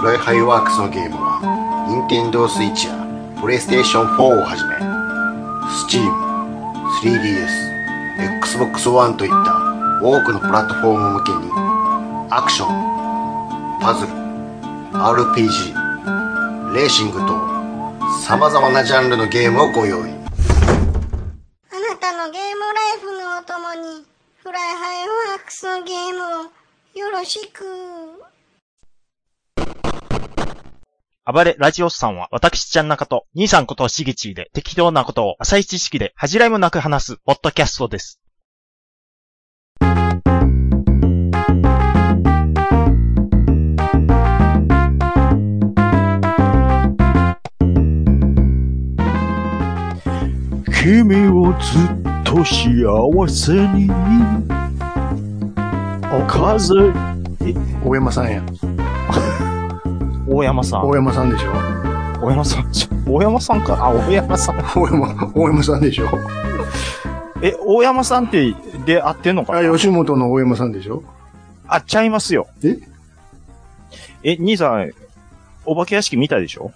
ブライハイワークスのゲームは、ニンテンドースイッチや、プレイステーション4をはじめ、Steam、3DS、Xbox One といった多くのプラットフォーム向けに、アクション、パズル、RPG、レーシングと、様々なジャンルのゲームをご用意。あなたのゲームライフのお供に、フライハイワークスのゲームをよろしく。暴れラジオスさんは、私ちゃん中と、兄さんことしげちで、適当なことを浅い知識で恥じらいもなく話す、ポッドキャストです。君をずっと幸せに風大山さんや。大山さん。大山さんでしょ大山さん、ちょ大山さんか。あ、大山さん。大山、大山さんでしょえ、大山さんって、で会ってんのかあ、な吉本の大山さんでしょあっちゃいますよ。ええ、兄さん、お化け屋敷見たでしょ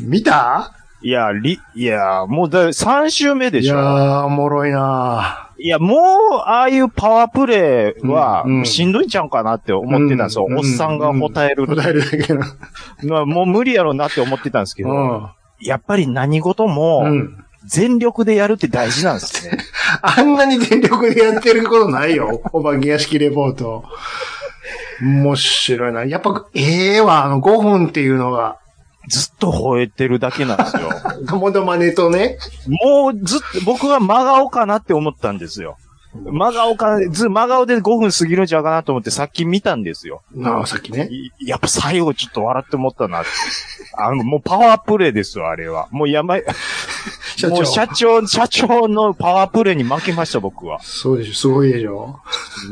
見たいや、り、いや、もうだ、3週目でいしょやー、おもろいなーいや、もう、ああいうパワープレイはうんう、んしんどいんちゃうかなって思ってたんですよ。うんおっさんが答える答えるだけな。のはもう無理やろうなって思ってたんですけど、やっぱり何事うも、ん。うん。全力でやるって大事なんです ね。あんなに全力でやってることないよ。 お化け屋敷レポート。面白いな。やっぱ、ええわ、あの5分っていうのが。ずっと吠えてるだけなんですよ。もどまねとね。もうずっと、僕は真顔かなって思ったんですよ。真顔か、ず、真顔で5分過ぎるんちゃうかなと思ってさっき見たんですよ。なあ、さっきね。いやっぱ最後ちょっと笑って思ったなって。あの、もうパワープレイですよ、あれは。もうやばい、社も長。う社長、社長のパワープレイに負けました、僕は。そうでしょ、すごいでしょ。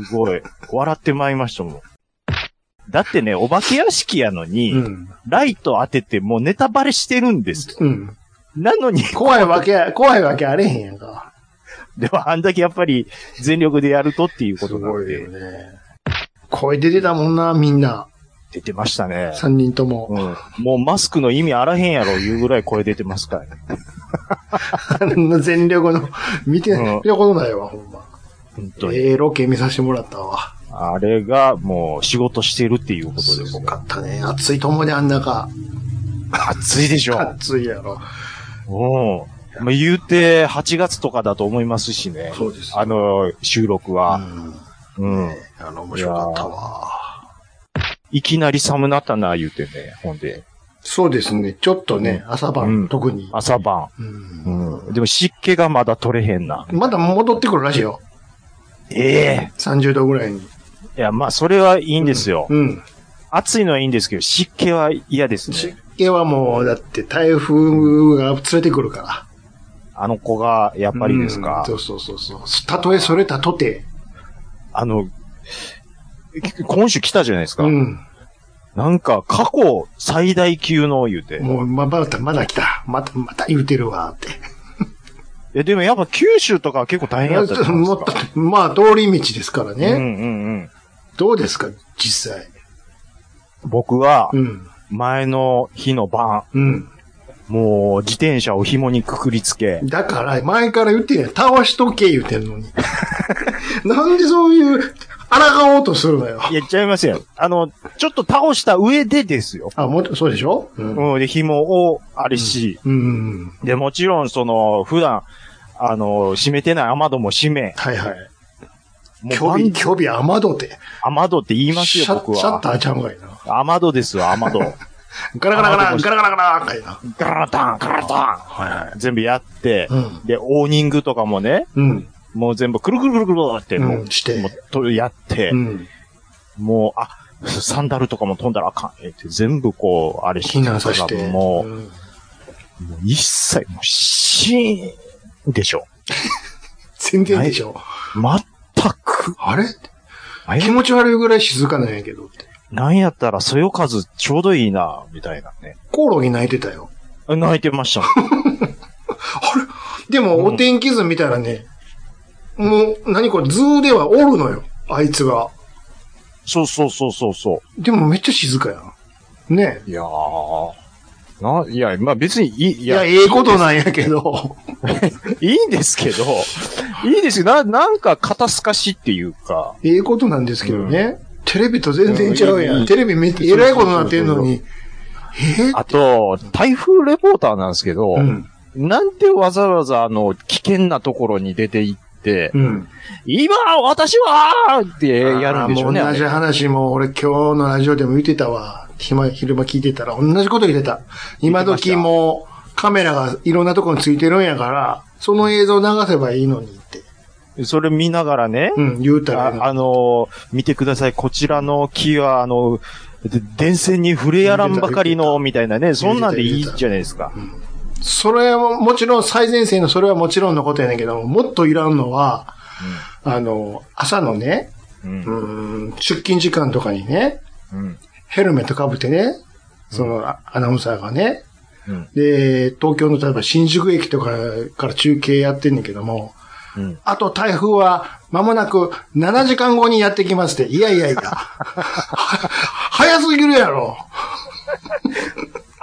すごい。笑ってまいりましたもん。だってね、お化け屋敷やのに、うん。ライト当ててもうネタバレしてるんですよ。うん。なのに、怖いわけ、怖いわけあれへんやんか。ではあんだけやっぱり全力でやるとっていうこすとなんごいでよ、ね。声出てたもんな、みんな。出てましたね。 3人とも。うん、もうマスクの意味あらへんやろいうぐらい声出てますからね。あの 全力の、見て、うん見たことないわ、ほんま。本当に。ええロケ見させてもらったわ。あれがもう仕事してるっていうことですすごよ。かったね。暑いと思うで、あん中。暑いでしょ。暑いやろ。うん。まあ、言うて、8月とかだと思いますしね。そうですあの、収録うは。ん。うん。あの、面白かったわ。いきなり寒なったな、言うてね。ほんで、そうですね。ちょっとね、朝晩、うん特に、朝晩。うんうん。でも湿気がまだ取れへんな。まだ戻ってくるらしいよ。ええ30度ぐらいに。いや、まあ、それはいいんですよ。うん。暑いのはいいんですけど、湿気は嫌です湿ね。気はもう、だって台風が連れてくるから。あの子が、やっぱりですうかん。そうそうそうそう。たとえそれたとて。あの、今週来たじゃないですか。うん。なんか、過去最大級の言うて。もう、ま、まだ、まだ来た。また、また言うてるわ、って。え、でもやっぱ九州とかは結構大変やったじゃないです もかっ。と、まあ、通り道ですからうね。んうんうん。どうですか、実際。僕は、うん。前の日の晩、うん。もう自転車を紐にくくりつけ、だから、前から言ってんやん。倒しとけ言うてんのに。 なんでそういう、抗おうとするのよ。いやっちゃいますよ。あの、ちょっと倒した上でですよ。あ、もっと、そうでしょうん。うんうん、で、紐をあれし、うん。で、もちろん、その、普段、あの、閉めてない雨戸も閉め、はいはい。も虚う備、虚備、雨戸って。雨戸って言いますシよ、ャ僕ッシャッは。ターちゃうんかいな。雨戸ですよ、雨戸。 ガラガラガラ、雨戸ガラガラガラ、かいな。ガラタン、ガラタはいはい。ン。全部やって、うん。で、オーニングとかもね、うん。もう全部くるくるくるくるって、うもん。してう、。もうとやってう、ん。もう、あ、サンダルとかも飛んだらあかん。えって全部こう、あれ避難させて。もうんう、もう一切、もう、シーンでしょ。全然でしょ。まったく。あれあれ気持ち悪いぐらい静かなんやけどって。なんやったら、そよ風ちょうどいいな、みたいなね。コオロギ泣いてたよ。 泣いてましたもん。でも、うんお天気図見たらね、もう、何これ、ズーではおるのよ。あいつが。そうそうそうそうそでもめっちゃ静かやん。ねう。いやー。な、いや、まあ別にいい、いえ。いや、や、いええことなんやけど。いんですけど、いいですけど、な、なんか肩透かしっていうか、ええことなんですけどね。テレビと全然ちゃうやうんん。テレビめっちゃえらいことなってんのに。えあと、台風レポーターなんですけど、えうん。なんてわざわざあの、危険なところに出て行って、うん。今、私はってやるんでしょうね。あーもう同じあれ話も俺今日のラジオでも見てたわ。暇、昼間聞いてたら同じこと言ってた。今時もうカメラがいろんなところについてるんやから、その映像流せばいいのにって。それ見ながらね、うん、言うたらいいのにああのー見てください、こちらの木は、あの、で電線に触れやらんばかりの、みたいなね、そんなんでいいじゃないですか。それも、もちろん最前線のそれはもちろんのことやねんけども、もっといらんのは、あの、朝のね、うんうーん出勤時間とかにね、うんヘルメットかぶってね、そのあアナウンサーがね、うんで、東京の例えば新宿駅とかから中継やってんねんけども、うんあと台風は間もなく7時間後にやってきますって、いやいや いや、早すぎるやろ。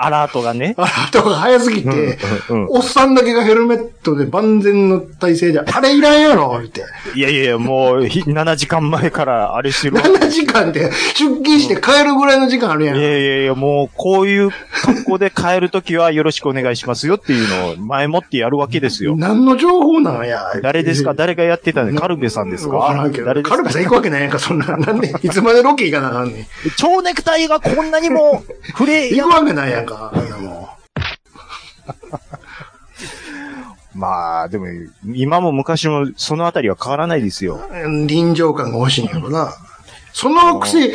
アラートがね。あら、とか早すぎて、うんうんおっさんだけがヘルメットで万全の体勢で、あれいらんやろって。いやいやいや、もう、ひ7時間前からあれしてるわ。い7時間で出勤して帰るぐらいの時間あるややん。いやいや、もう、こういう格好で帰るときはよろしくお願いしますよっていうのを前もってやるわけですよ。何の情報なんや。誰ですか誰がやってたんでカルベさんですかわからんけど。誰ですカルビさん行くわけないやんか、そんな。なんで、いつまでロケ行かなあかんねん。蝶ネクタイがこんなにも、触れ行やく、わけないやんか、あんなもまあ、でも、今も昔もそのあたりは変わらないですよ。ん。臨場感が欲しいんやろな。そのくせ、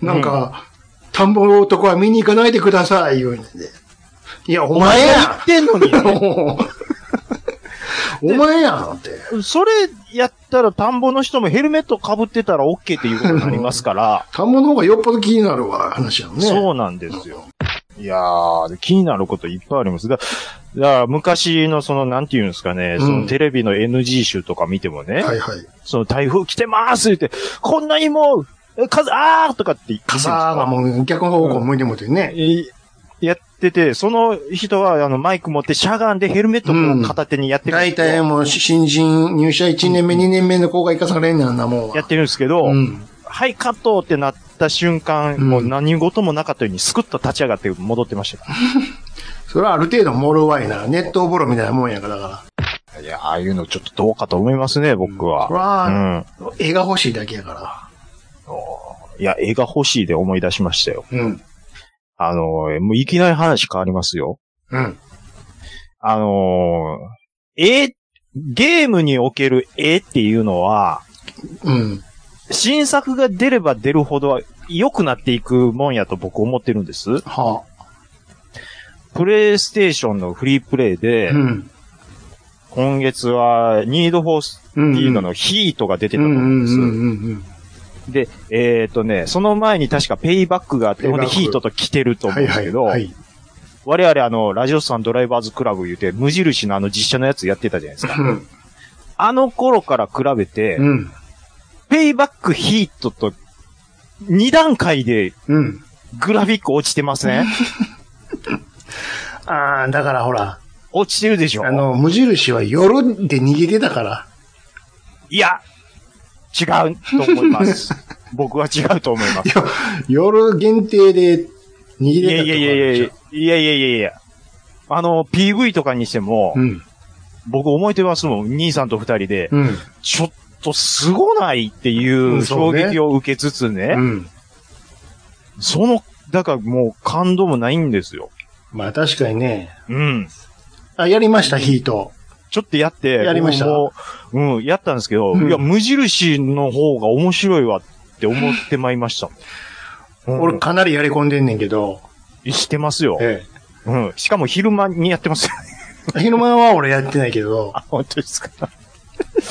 なんか、田んぼの男は見に行かないでください、言うんで。いや、お前やん言ってんのもう お前やんって。に。 それやったら田んぼの人もヘルメット被ってたら OK っていうことになりますから。田んぼの方がよっぽど気になるわ、話やんね。そうなんですよ。いやー、で気になることいっぱいあります。だだから昔のその、なんていうんですかね、うんそのテレビの NG 集とか見てもね、はいはい。その台風来てますって、こんなにもう、え風、あーとかって言って傘がもう逆方向向いてもってね。えやってて、その人はあのマイク持ってしゃがんでヘルメットうをん片手にやってるんです大よ、体もう新人入社1年目、2年目の子が生かされんねんあんなもんは。やってるんですけど、うん。はい、カットってなった瞬間、うんもう何事もなかったようにスクッと立ち上がって戻ってましたか。それはある程度もろわいな。ネットおぼろみたいなもんやから。だからいや、ああいうのちょっとどうかと思いますね、僕らそは。うら、ん。絵が欲しいだけやかいや、絵が欲しいで思い出しましたよ。ら。うん。あの、もういきなり話変わりますよ。うん。あの、絵、ゲームにおける絵っていうのは、うん。新作が出れば出るほど良くなっていくもんやと僕思ってるんです。はプレイステーションのフリープレイあ。で、うん。今月は、ニードフォースうん。ピードのヒートが出てうたとん思ううんんでうす。んうんで、えっ、とね、その前に確かペイバックがあって、ペイほんバッでクヒートと来てるとうん。思はうんですいはい。けど、はい。我々あの、ラジオさんドライバーズクラブ言うて、無印のあの実写のやつやってたじゃないですか。うん。あの頃から比べて、うん。ペイバックヒートと2段階でうん。グラフィック落ちてます ね。ああ、だからほら、落ちてるでしょあの、無印は夜で逃げてたから。いや、違うと思い ます。僕は違うと思います。よ夜限定で逃いげやれたとかあるいやいやいやいや、いやいやいやいや。あの、PV とかにしても、うん。僕覚えてますもん、兄さんと二人で、うん。ちょっとすごないっていううん衝そうね撃を受けつつね、うん。その、だからもう感動もないんですよ。まあ確かにね。うん。あ、やりました、ヒート。ちょっとやって、やりましたもう、うん、やったんですけど、うんいや、無印の方が面白いわって思ってまいりました。うん俺かなりやり込んでんねんけど。してますよ。えうん。しかも昼間にやってますよ ね。え。昼間は俺やってないけど、あ本当ですか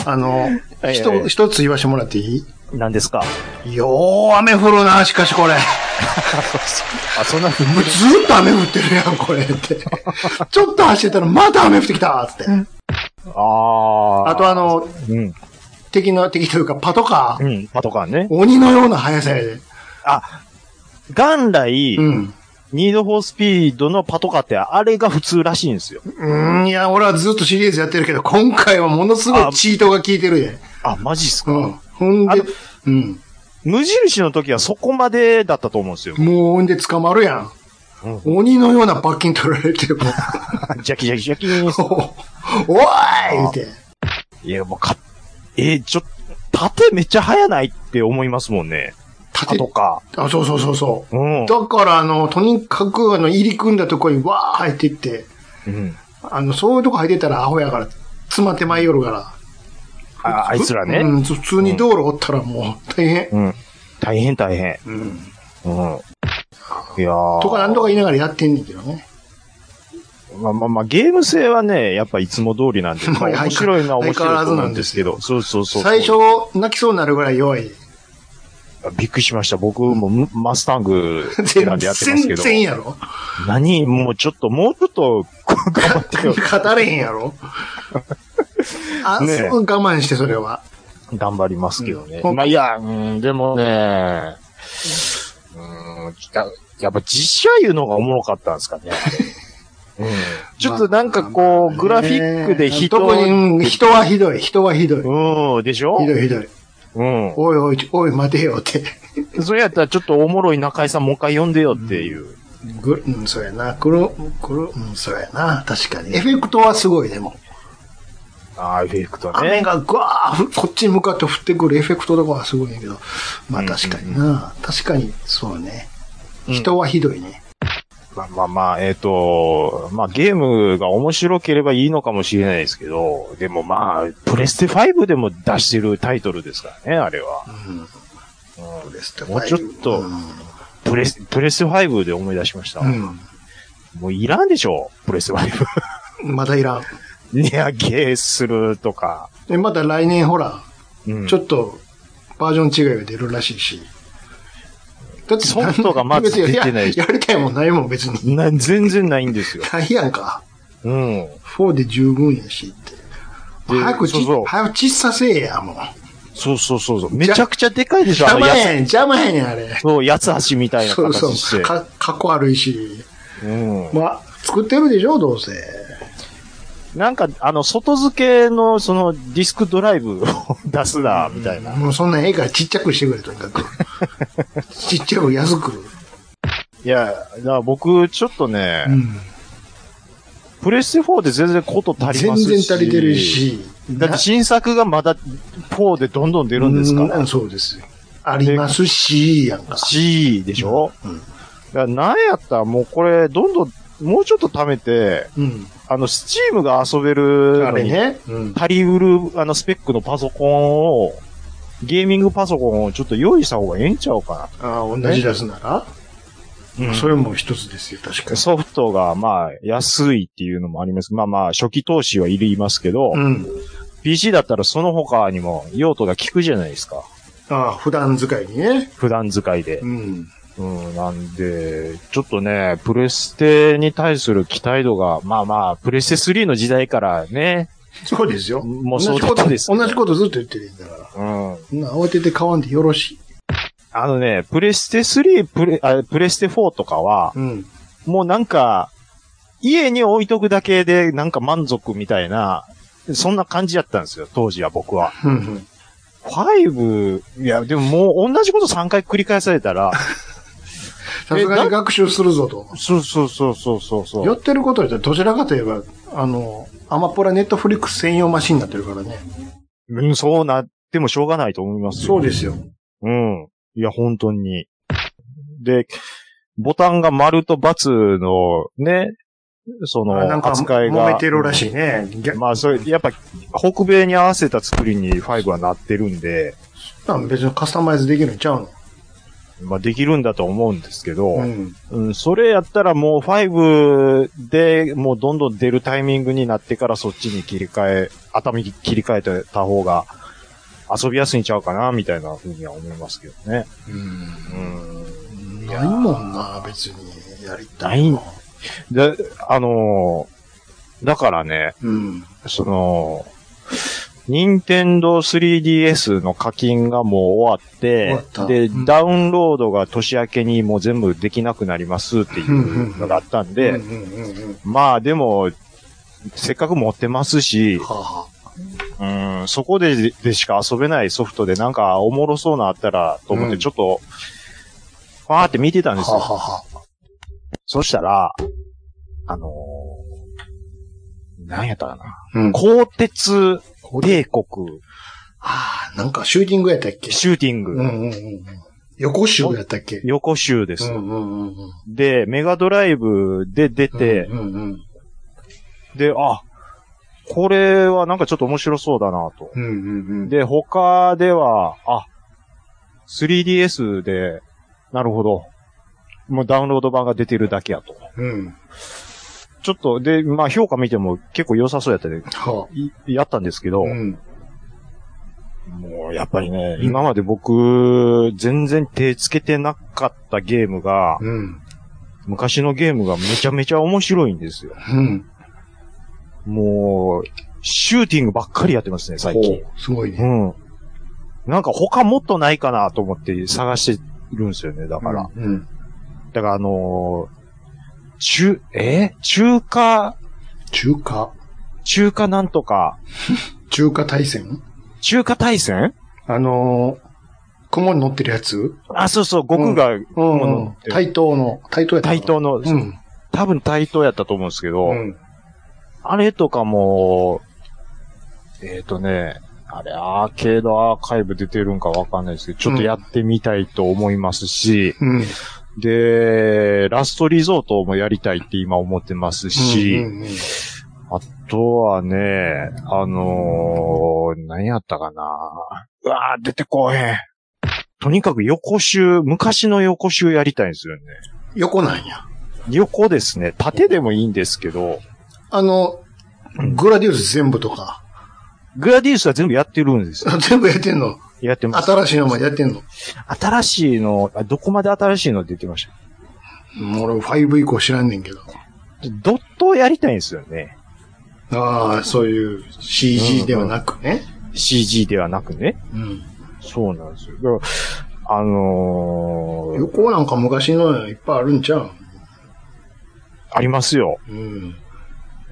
あの、いひと一つ言わしてもらってい何ですかいよー雨降るな、しかしこれ。あ、そんなふうにもうずっと雨降ってるやん、これ って。ちょっと走ってたらまた雨降ってきたっつって。ああ。あとあ、の、うん。敵の、敵というか、パトカー、うん、パトカーね。鬼のような速さやで。元来、うん。ニードフォースピードのパトカーって、あれが普通らしいんですよ。うん、いや、俺はずっとシリーズやってるけど、今回はものすごいチートが効いてるで。あ、マジっすか、うん。ほんあでの、うん。無印の時はそこまでだったと思うんですよ。もうほんで捕まるやん。鬼のような罰金取られて、も うジャキジャキジャキーンおおーい言うて。いや、もうか、えーちょ、縦めっちゃ速ないって思いますもんね。パ縦トカあ、そうそうそうそう。ー。うん。だから、あの、とにかく、あの、入り組んだとこにわー入っていって、うんあの、そういうとこ入ってたらアホやから、詰まってまいよるかああいつらら。ね。うん、普通に道路おったらもう、大変。うん。大変大変。うん。うん。いやーとか、なんとか言いながらやってんねんけどね。まあまあまあ、ゲーム性はね、やっぱいつも通りなんで、 まあまあ面白いのは面白いと相変わらず思なうんんでですすけけど。そうそうそう。最初、泣きそうになるぐらい弱い。びっくりしました。僕もむマスタング選ん全でやってますけ然ど。全然 やろ何もうちょっと、もうちょっと、頑張ってよ。語れへんやろあ、ねえそう我慢して、それは。 頑張りますけどね。うんまあいや、うん、でもね、うん、ややっぱ実写言うのがおもろかったんです かね。うん、ちょっとなんかこう、グラフィックで人特に、うん人はひどい、人はひどい。うん、でしょひどいひどい。うん。おいおい、おい、待てよって。それやったらちょっとおもろい中井さんもう一回呼んでよっていう。ぐうん、そうやな。くる、くる、うん、そうやな。確かに。エフェクトはすごい、でも。ああ、エフェクト雨ね。がぐわーふこっちに向かって降ってくるエフェクトとかはすごいんやけど。まあ確かにな。確かに、そうね。人はひどいね。まあまあまあ、えっ、と、まあゲームが面白ければいいのかもしれないですけど、でもまあ、プレステ5でも出してるタイトルですからね、あれは。うん。うんレスもうちょっとうプレス、プレステ5で思い出しました。ん。もういらんでしょプレステ5。 うん、まだいらん。値上げするとか。で、また来年ほら、うん、ちょっと、バージョン違いが出るらしいし。だってソフトがまず出てない別にややりたいもんないもん、別に。な全然ないんですよ。大変やんか。うん。 4で十分やしって。で早くそうち、そう早くちっさせえや、もう。そうそうそうそう。めちゃくちゃでかいでしょあ邪の魔ややつねん、邪魔やねん、あれ。そう、八つ橋みたいなそう形そしう。て。か、かっこ悪いし。うん。まあ、作ってるでしょ、どうせ。なんか、あの、外付けの、その、ディスクドライブを 出すな、みたいな。もうそんなんええからちっちゃくしてくれ、とにか く。ちっちゃく安く。いや、だから僕、ちょっとね、うん。プレステ4で全然こと足り全ますし。然足りてる。し。だって新作がまだ4でどんどん出いるんですから。そうですよ。ありますし、やんか。 C でしょ、うんだからなんやったらもうこれ、どんどん、もうちょっと貯めて、うん。あの、スチームが遊べるあのれに、ね。うん。足りうる、あの、スペックのパソコンを、ゲーミングパソコンをちょっと用意した方がええんちゃうかああ、同じ出すなら、な。それも一つですよ、確かに。ソフトが、まあ、安いっていうのもあります。まあまあ、初期投資はいりますけど、うん。 PC だったらその他にも用途が効くじゃないですか。ああ、普段使いにね。普段使いでう。ん。うん、なんで、ちょっとね、プレステに対する期待度が、まあまあ、プレステ3の時代からね、そうですよ。もう同そうじだっこたとです。同じことずっと言ってるんだから。と。うん。そんな慌てて買わんでよろしい。あのね、プレステ3、プレ、あプレステ4とかは、うん。もうなんか、家に置いとくだけでなんか満足みたいな、そんな感じだったんですよ、当時は僕は。うんうん。 5、いや、でももう同じこと3回繰り返されたら、さすがに学習するぞと。そうそうそうそうそうそやう。ってることはどちらかといえば、あの、アマポラネットフリックス専用マシンになってるからね。うん、そうなってもしょうがないと思いますよ。そうですよ。うん。いや、本当に。で、ボタンが丸と×のね、そなんのか、扱いが。揉めてるらしいね。逆まあ、それ、やっぱ、北米に合わせた作りに5はなってるんで、なん別にカスタマイズできるんちゃうまあ、できるんだと思うんですけど、の。う、うんん。それやったらもう5で、もうどんどん出るタイミングになってからそっちに切り替え、頭に切り替えてた方が、遊びやすいんちゃうかな、みたいなふうには思いますけどね。うん。ないもんな、別に。やりたないいのの。で、あのーだからね、うん。その、任天堂 3DS の課金がもう終わって終わった、で、うんダウンロードが年明けにもう全部できなくなりますっていうのがあったんで、うんうんうんうんまあでも、せっかく持ってますし、はあはうん、そこででしか遊べないソフトでなんかおもろそうなあったらと思っうてんちょっと、ファーって見てたんあですはあよ。はあはそしたら、あのー、なんやったかな。あ。うん。鋼鉄帝国ああ、なんかシューティングやったっけシューティング、うんうんうんうん。横集やったっけ横集です、うんうんうんうん。で、メガドライブで出てう、んうんで、あ、これはなんかちょっと面白そうだなと。うん。うんうんうん。で、他では、あ、3DS で、なるほど。もうダウンロード版が出てるだけやと。うん。ちょっと、で、まあ評価見ても結構良さそうやったで、はいやったんですけあ。ど、ん。もうやっぱりね、うん今まで僕、全然手つけてなかったゲームが、うん。昔のゲームがめちゃめちゃ面白いんですよ。うん。もう、シューティングばっかりやってますね、最近。ほうすごいね。うん。なんか他もっとないかなと思って探してるんですよね、だから。うん。だからあのー中、えー中華、中華中華なんとか、中華大戦中華大戦あのー、雲に乗ってるやつあ、そうそう、悟空が、うん雲う乗んっ。てる対等の、対等やったかな対等の、うん。多分対等やったと思うんですけど、うん。あれとかも、えっ、とね、あれ、アーケードアーカイブ出てるんかわかんないですけど、ちょっとやってみたいと思いますし、うん。で、ラストリゾートもやりたいって今思ってますし、うんうんあとはね、あのー、何やったかな。うわー、出てこへん。とにかく横集、昔の横集やりたいんですよね。横なんや。横ですね。縦でもいいんですけど、あの、グラディウス全部とか。 グラディウスは全部やってるんですよ。あ全部やってんのやってます。新しいのまでやってんの新しいの、あどこまで新しいの出てましたうん俺5以降知らんねんけど。ドットをやりたいんですよね。ああ、そういう CG ではなくね。 CG ではなくね。うん。そうなんですよ。だからあのー、横なんか昔のいっぱいあるんちゃうありますよ。うん。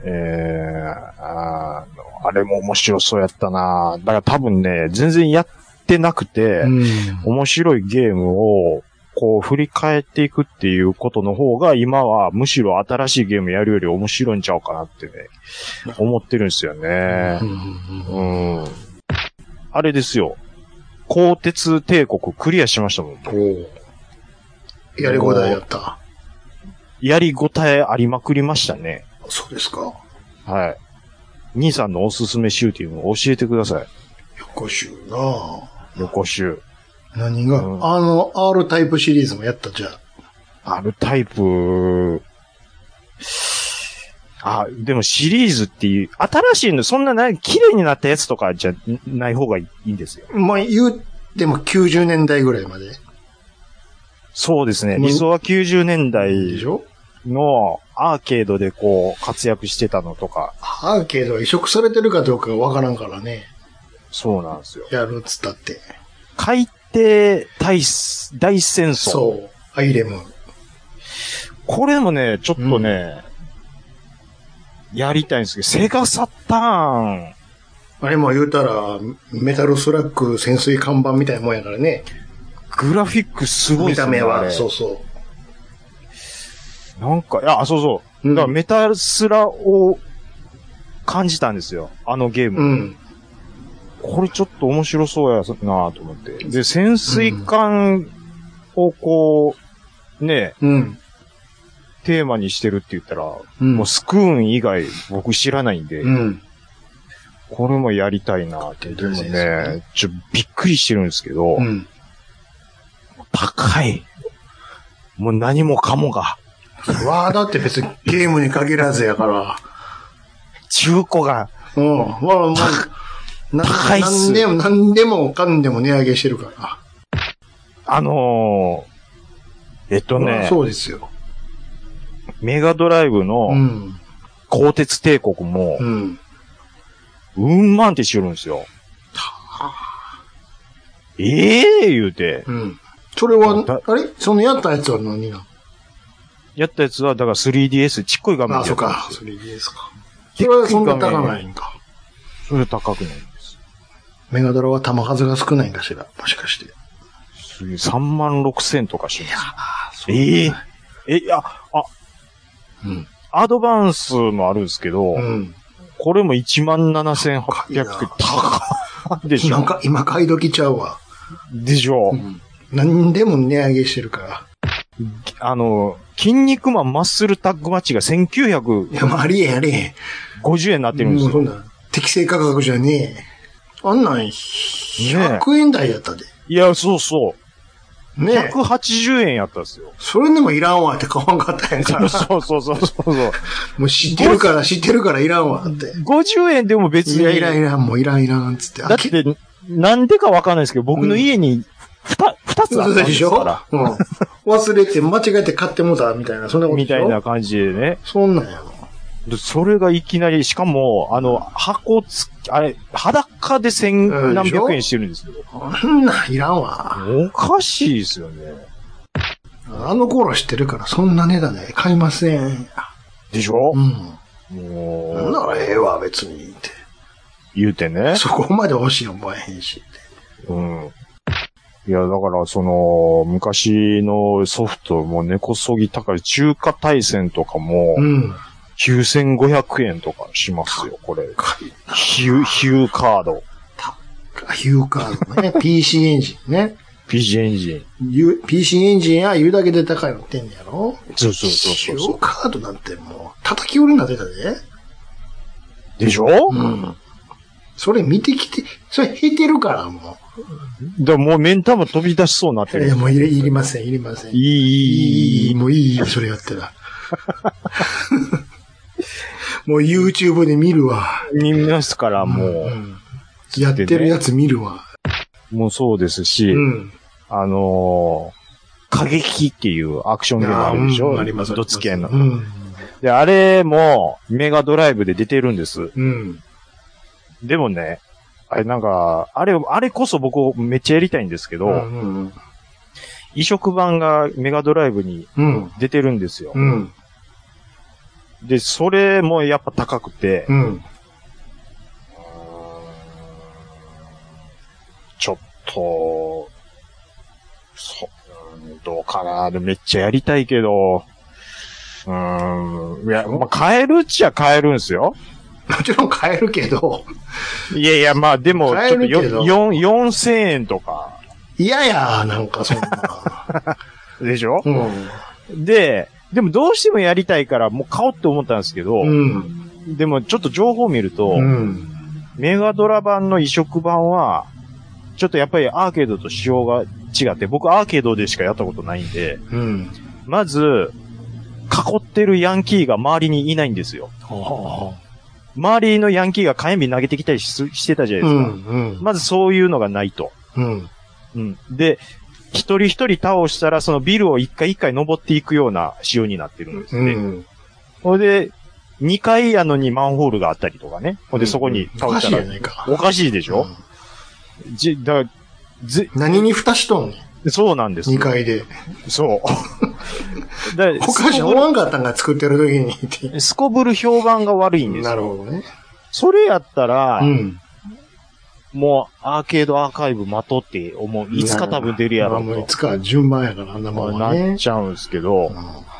えー、あーあれも面白そうやったなだから多分ね、全然やってなくて、うん。面白いゲームを、こう振り返っていくっていうことの方が、今はむしろ新しいゲームやるより面白いんちゃうかなってね、思ってるんですよねう。んうん。あれですよ。鋼鉄帝国クリアしましたもん。おうやりごだやった。やりごたえありまくりましたね。そうですか。はい。兄さんのおすすめシューティング教えてください。横集なあ横集。何が、うんあの、R タイプシリーズもやったじゃん。あるタイプ、あ、でもシリーズっていう、新しいの、そんなない、綺麗になったやつとかじゃない方がいいんですよ。まあ、言うても90年代ぐらいまで。そうですね。うん理想は90年代でしょのアーケードでこう、活躍してたのとか、アーケードが移植されてるかどうかがわからんからね。そうなんですよ。やるっつったって。海底大す、大戦争。そう。アイレム。これもね、ちょっとね、やりたいんですけど、セガサターン、あれも言うたら、メタルスラック潜水看板みたいなもんやからね。グラフィックすごい見ですね。た目あは。れそうそう。なんか、いや、あそうそう。うんだからメタスラを感じたんですよ。あのゲーム。うん。これちょっと面白そうやなと思って。で、潜水艦をこう、ね、うん。テーマにしてるって言ったら、うんもうスクーン以外僕知らないんで、うん。これもやりたいなって。でもね、ちょ、びっくりしてるんですけど、うん。高い。もう何もかもが、わあ、だって別にゲームに限らずやから。中古が、うん。まあまあ、な高いっすなんでも、なんでもかんでも値上げしてるから。あのー、えっとまあね、そうですよ。メガドライブの、うん。鋼鉄帝国もう、ん。うんまんってしよるんですよ。ええ言うて。うん。それはあだ、あれそのやったやつは何なのやったやつは、だから 3DS、ちっこい画面あ、でそやうったんか。ですよそれいいですか。それはそんな高ないんか。それ高くないんです。メガドラは弾数が少ないんかしら。もしかして。すげえ3万6千とかします。いやーえええ、いや、あ、うん。アドバンスもあるんですけど、うん。これも1万7千高いな800高いでし今ょか、今買い時ちゃうわ。でしょ、うん。何でも値上げしてるから。あの、筋肉マンマッスルタッグマッチが1950いや、まあ、ありえへん、ありえ円になってへるん。んですもうそよん。な、適正価格じゃねえ。あんなん、100円台やったで。いや、そうそう。ねえ。 180円やったんですよ。それでもいらんわって買わんかったんや か ら。そうそうそうそうそう。もう知ってるから、知ってるからいらんわって。 50円でも別に。いや、いらんいらん、もういらんいらん、つって。だって、なんでかわかんないですけど、僕の家に二、二つあそうったんででしすょかうん。忘れて、間違えて買ってもうた、みたいな、そんなら。ことでみしょたいな。感じでね。そんなんやろ。でそれがいきなり、しかも、あの、箱つ、あれ、裸で千うん何でしょ百円してるんですけど。あんなんいらんわ。おかしいですよね。あの頃知ってるから、そんな値段で買いません。でしょうん。もならええわ、別に。って。う、言うてね。そこまで欲しい思えへんし。うん。いや、だから、その、昔のソフトも根こそぎ高い、中華大戦とかも、うん。 9500円とかしますよ、これ。買い、ヒュー、ヒューカード。ヒューカー ドね。PC エンジンね。 PG エンジン。ゆ PC エンジンや言うだけで高いの売ってんねやろそうそうそう使そう用カードなんてもう、叩き売りになってたで。でしょ、うん。それ見てきて、それ減ってるから、もだからもうメンタも飛び出しそうになってう。る。いや、もういりいりません、いりません。いい、いいい、いい、いい。もういいよ、それやった ら。もう YouTube で見るわ。見ますから、もうう、んやってるやつ見るわ。もうそうですし、うん。あのー、過激っていうアクションゲームあるでしうょんあります。ドッツ系のう。ん。で、あれも、メガドライブで出てるんです。うん。でもね、あれなんか、あれ、あれこそ僕めっちゃやりたいんですけど、うんうん移植版がメガドライブにうん。出てるんですよう。ん。で、それもやっぱ高くて、うん。ちょっと、そ、うんどうかなでめっちゃやりたいけど、うーん、いや、まあ、買えるっちゃ買えるんですよ。もちろん買えるけど、 いやいや、まあ、でも、買ちえょっとるけどよ、4、4000円とか、嫌や、なんかそん な。でしょ、うん。で、でもどうしてもやりたいから、もう買おうって思ったんですけど、うん。でもちょっと情報を見ると、うん。メガドラ版の移植版は、ちょっとやっぱりアーケードと仕様が違って、僕アーケードでしかやったことないんで、うん。まず、囲ってるヤンキーが周りにいないんですよ。周りのヤンキーが火炎瓶投げてきたりししてたじゃうないですか。ん。うん。まずそういうのがないと。うん。うん、で、一人一人倒したら、そのビルを一回一回登っていくような仕様になってるんですうね。ん。ほ、れで、二階やのにマンホールがあったりとかね。ほんで、そこにお倒かししいたやら。ないか。おかしいでしょ、じ、だ、ず、何に蓋しとんねそうなんですん ?2。階で。 そう。だおかしい、おわんかったんか、作ってる時にって。すこぶる評判が悪いんですよ。なるほどね。それやったら、うん。もうアーケードアーカイブまとって思う。いつか多分出るやろまあもういうつか順番やから、あんなと。もんまはあなっね。ちゃうんですけど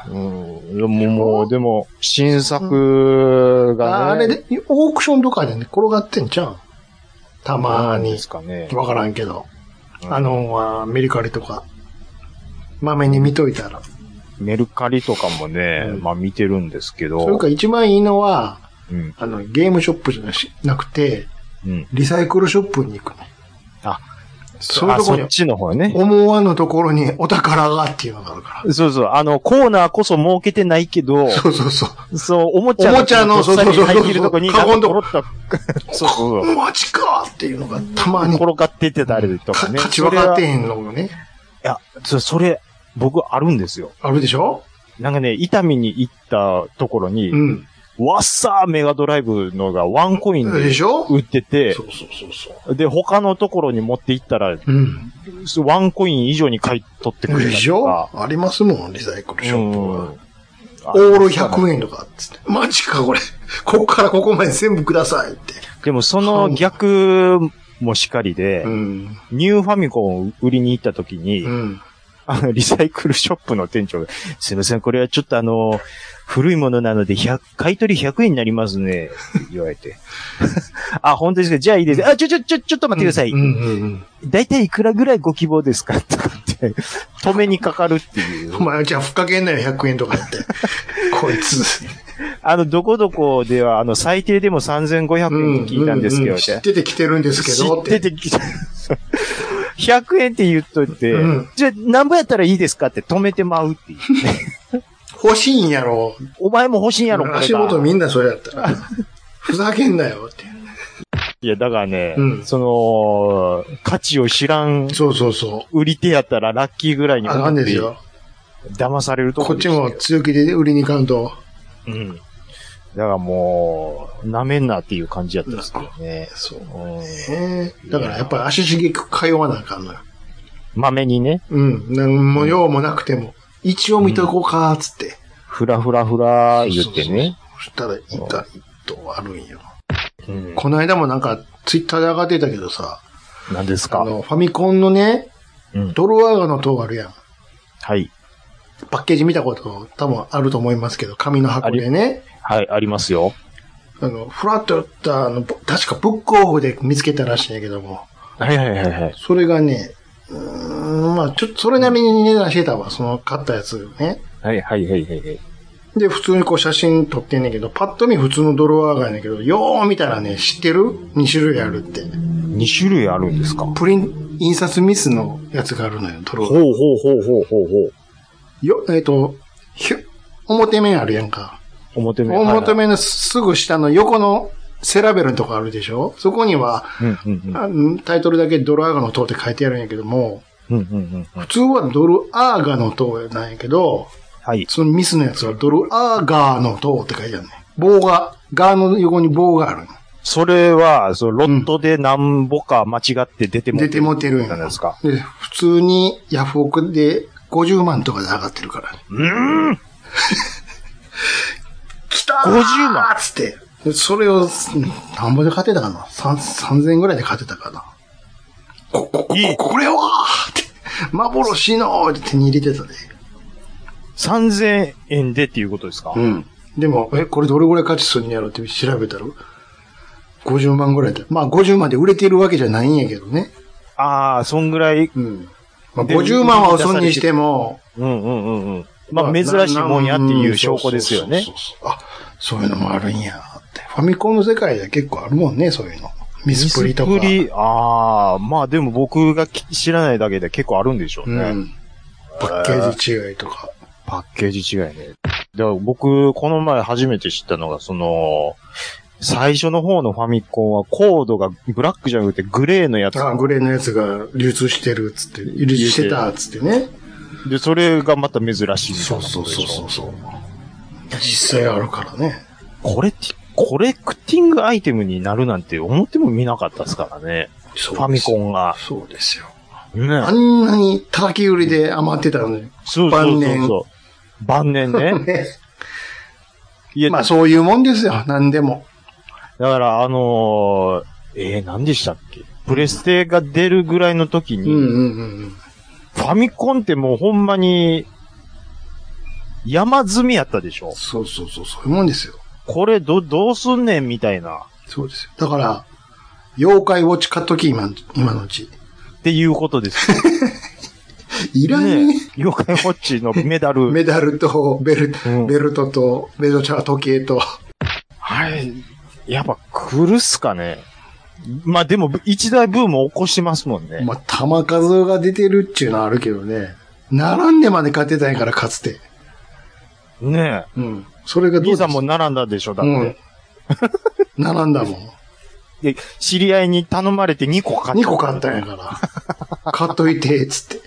う、んうん。でももう、でも、新作あがあね、れで、オークションとかでね、転がってんじゃん。たまーなんにで。すかね。わからんけど。うんあの、あーメリカリとか。まめに見といたら。メルカリとかもね、うんまあ見てるんですけそれどか、一番いいのは、うん。あの、ゲームショップじゃなしなくて、うん。リサイクルショップに行くね。あ、そういうとこあにそっちの方ね。思わぬところにお宝がっていうのがあるかそうそう。あの、コーナーこそ設けてないけど ら。、そうそうそう。そう、おもちゃおもちゃのそうそうそうそう入ってるとこに、カゴのとこなんかポロッ とそうそうそう。マジかっていうのがたま に、転がってってたりとかかね。勝ち分かっていへんのがね、や、そそれ、僕あるんですよ。あるでしょなんかね、痛みに行ったところに、うん。わっさーメガドライブのがワンコインででしょ売っててそ、うそうそうそう。で、他のところに持って行ったら、うん。ワンコイン以上に買い取ってくれたでりしとょか。ありますもん、リサイクルショップうはん。オール100円とかっつって。マジか、これ。ここからここまで全部くださいって。でもその逆もしかりで、うん。ニューファミコンを売りに行った時に、うん。あの、リサイクルショップの店長が、すいません、これはちょっとあの、古いものなので、100買い取り100円になりますね、って言われて。 あ、本当ですかじゃあいいです。あ、ちょ、ちょ、ちょ、ちょっと待ってください。うんうんうん。だいたいいくらぐらいご希望ですかとかって、止めにかかるっていうお。前、じゃあ、ふっかけんなよ、100円と かって。こいつ。あの、どこどこでは、あの、最低でも3500円に聞いたんですけど、ううう知ってて来てるんですけ知どっってて。てきた。100円って言っといて、うんじゃあ、なんぼやったらいいですかって止めてまうっていう。欲しいんやろ。お前も欲しいんやろ、これが足元みんなそれやったら。ふざけんなよって。いや、だからね、うんその、価値を知らんそうそうそ。売り手やったらラッキーぐらいうにあかんですよ。騙されるとこっちでしたも強気で売りに行かんと。けど。うん。だからもう、舐めんなっていう感じやったんですけどね。そううんね。だからやっぱり足しげく通わなあかんのよ。まめにね、うん。なんも用もなくても。一応見とこうか、つって。ふらふらふら言ってね。そしたら、いた、一頭あるんよ。うんこの間もなんか、ツイッターで上がってたけどさ、何ですあかの、ファミコンのね、うんドロワーガの塔あるやん。はい。パッケージ見たこと多分あると思いますけど、紙の箱でね、はい、ありますよ。あの、フラッとやった、あの、ぼ確かブックオフで見つけたらしいんやけども、はいはいはいはい。それがね、うーん、まあちょっとそれなりに値段してたわ、その買ったやつね。はいはいはいはいはい。で、普通にこう写真撮ってんねんけど、パッと見普通のドロワーガーやねんけど、よー見たらね、知ってる ?2 種類あるって。 2種類あるんですかほプリン、印刷ミスのやつがあるのよ、ドロワうーガーほうほうほうほうほう。よ、えっ、と、ひゅ、表面あるやんか。表面。表面のすぐ下の横のセラベルのとこあるでしょそこには、はいはい。うんうんあんタイトルだけドルアーガの塔って書いてあるんやけども、うん。うんうんうん。普通はドルアーガの塔なんやけど、はい。そのミスのやつはドルアーガーの塔って書いてあるね。棒が、ガーの横に棒がある。それは、そのロットで何ぼか間違って出ても出てもてるんなんや。ですか。で、普通にヤフオクで50万とかで上がってるから。うーん 来たー50万つって。でそれを、なんぼで勝てたかな三3000円ぐらいで勝てたかなこ、こ、こ、これはーって、幻のーって手に入れてたで。 !3000 円でっていうことですか、うん。でも、え、これどれぐらい価値するんやろって調べたら、50万ぐらいで。まあ50万で売れてるわけじゃないんやけどね。ああ、そんぐらい。うん。まあ50万は嘘にしても、うんうんうんうん。まあ、珍しいもんやっていう証拠ですよねそ。うそうそうそうあ、そういうのもあるんやって。ファミコンの世界では結構あるもんね、そういうの。ミスプリとか。ミスプリああ、まあでも僕がき知らないだけで結構あるんでしょううね。ん。パッケージ違いとか。パッケージ違いね。だから僕、この前初めて知ったのが、その、最初の方のファミコンはコードがブラックじゃなくてグレーのやつ。あ、グレーのやつが流通してるっつって、流通してたっつってね。で、それがまた珍しいみたいそうなそことうでしそょうそうそう。実際あるからね。コレティ、コレクティングアイテムになるなんて思っても見なかったですからね。フファミコ。ンが。そうですよ。ね。あんなに叩き売りで余ってたのに。そうそうそうそう。晩年ね。 ねいや、まあそういうもんですよ、何でも。だからあのー、えー、何でしたっけプレステが出るぐらいの時うんに、うんうんファミコンってもうほんまに、山積みやったでしょそうそうそう、そういうもんですよ。これど、どうすんねんみたいな、そうですよ。だから、妖怪ウォッチ買っとき、今、今のうち。っていうことですよ。いらんねね。妖怪ウォッチのメダ ル。メダルとベルト、うんベルトと、ベルトちゃう時計と。はい。やっぱ来るっすかね。まあでも、一大ブームを起こしてますもんね。まあ、玉数が出てるっちゅうのはあるけどね。並んでまで勝てたんやから、かつて。ねうん。それがえ。どうで兄すさんも並んだでしょだっうて、ん。並んだもん。で、知り合いに頼まれて2個買っ2た。個買ったんやから。買っといて、つって。っ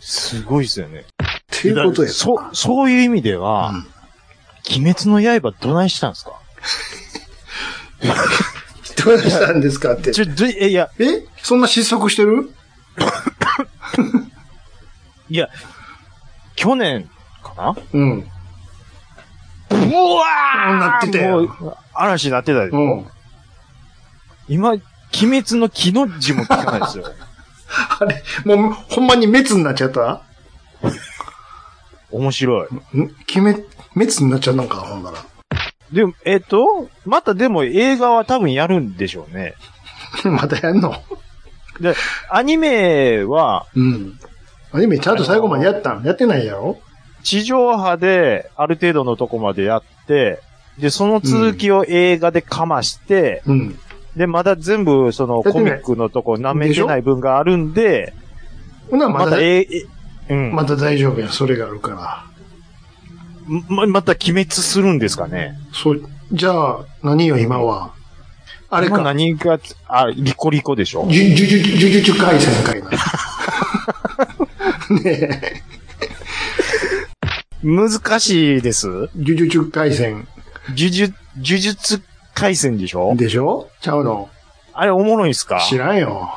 すごいですよね。ていうことや。そう、そういう意味では、うん鬼滅の刃どないしたんですかどうしたんですかって。ちょ、どえいや、えそんな失速してるいや、去年かなうん。ブワーなってたよもう嵐なってたでしょうん。今、鬼滅の木の字も聞かないですよ。あれ、もう、ほんまに滅になっちゃった面白い。ん決め、滅になっちゃったんか、ほんなら。でも、えっ、と、またでも映画は多分やるんでしょうね。またやんので、アニメはうん。アニメちゃんと最後までやったんやってないやろ地上波である程度のとこまでやって、で、その続きを映画でかまして、うん。で、まだ全部そのやってコみミないックのとこ舐めてない分があるんで、ほな、ままだた、え、えうん。ま、また大丈夫や。それがあるから。ままた鬼滅するんですかね。そう、じゃあ、何よ、今は。ああれか。何が、あ、リコリコでしょ。じゅ、じゅ、じゅ、じゅ、じゅ、じゅ、回線かいな。ねえ。難しいです。じゅ、じゅ、じゅ、回線呪術、呪術回戦でしょでしょちゃうのあれおもろいんすか知らんよ。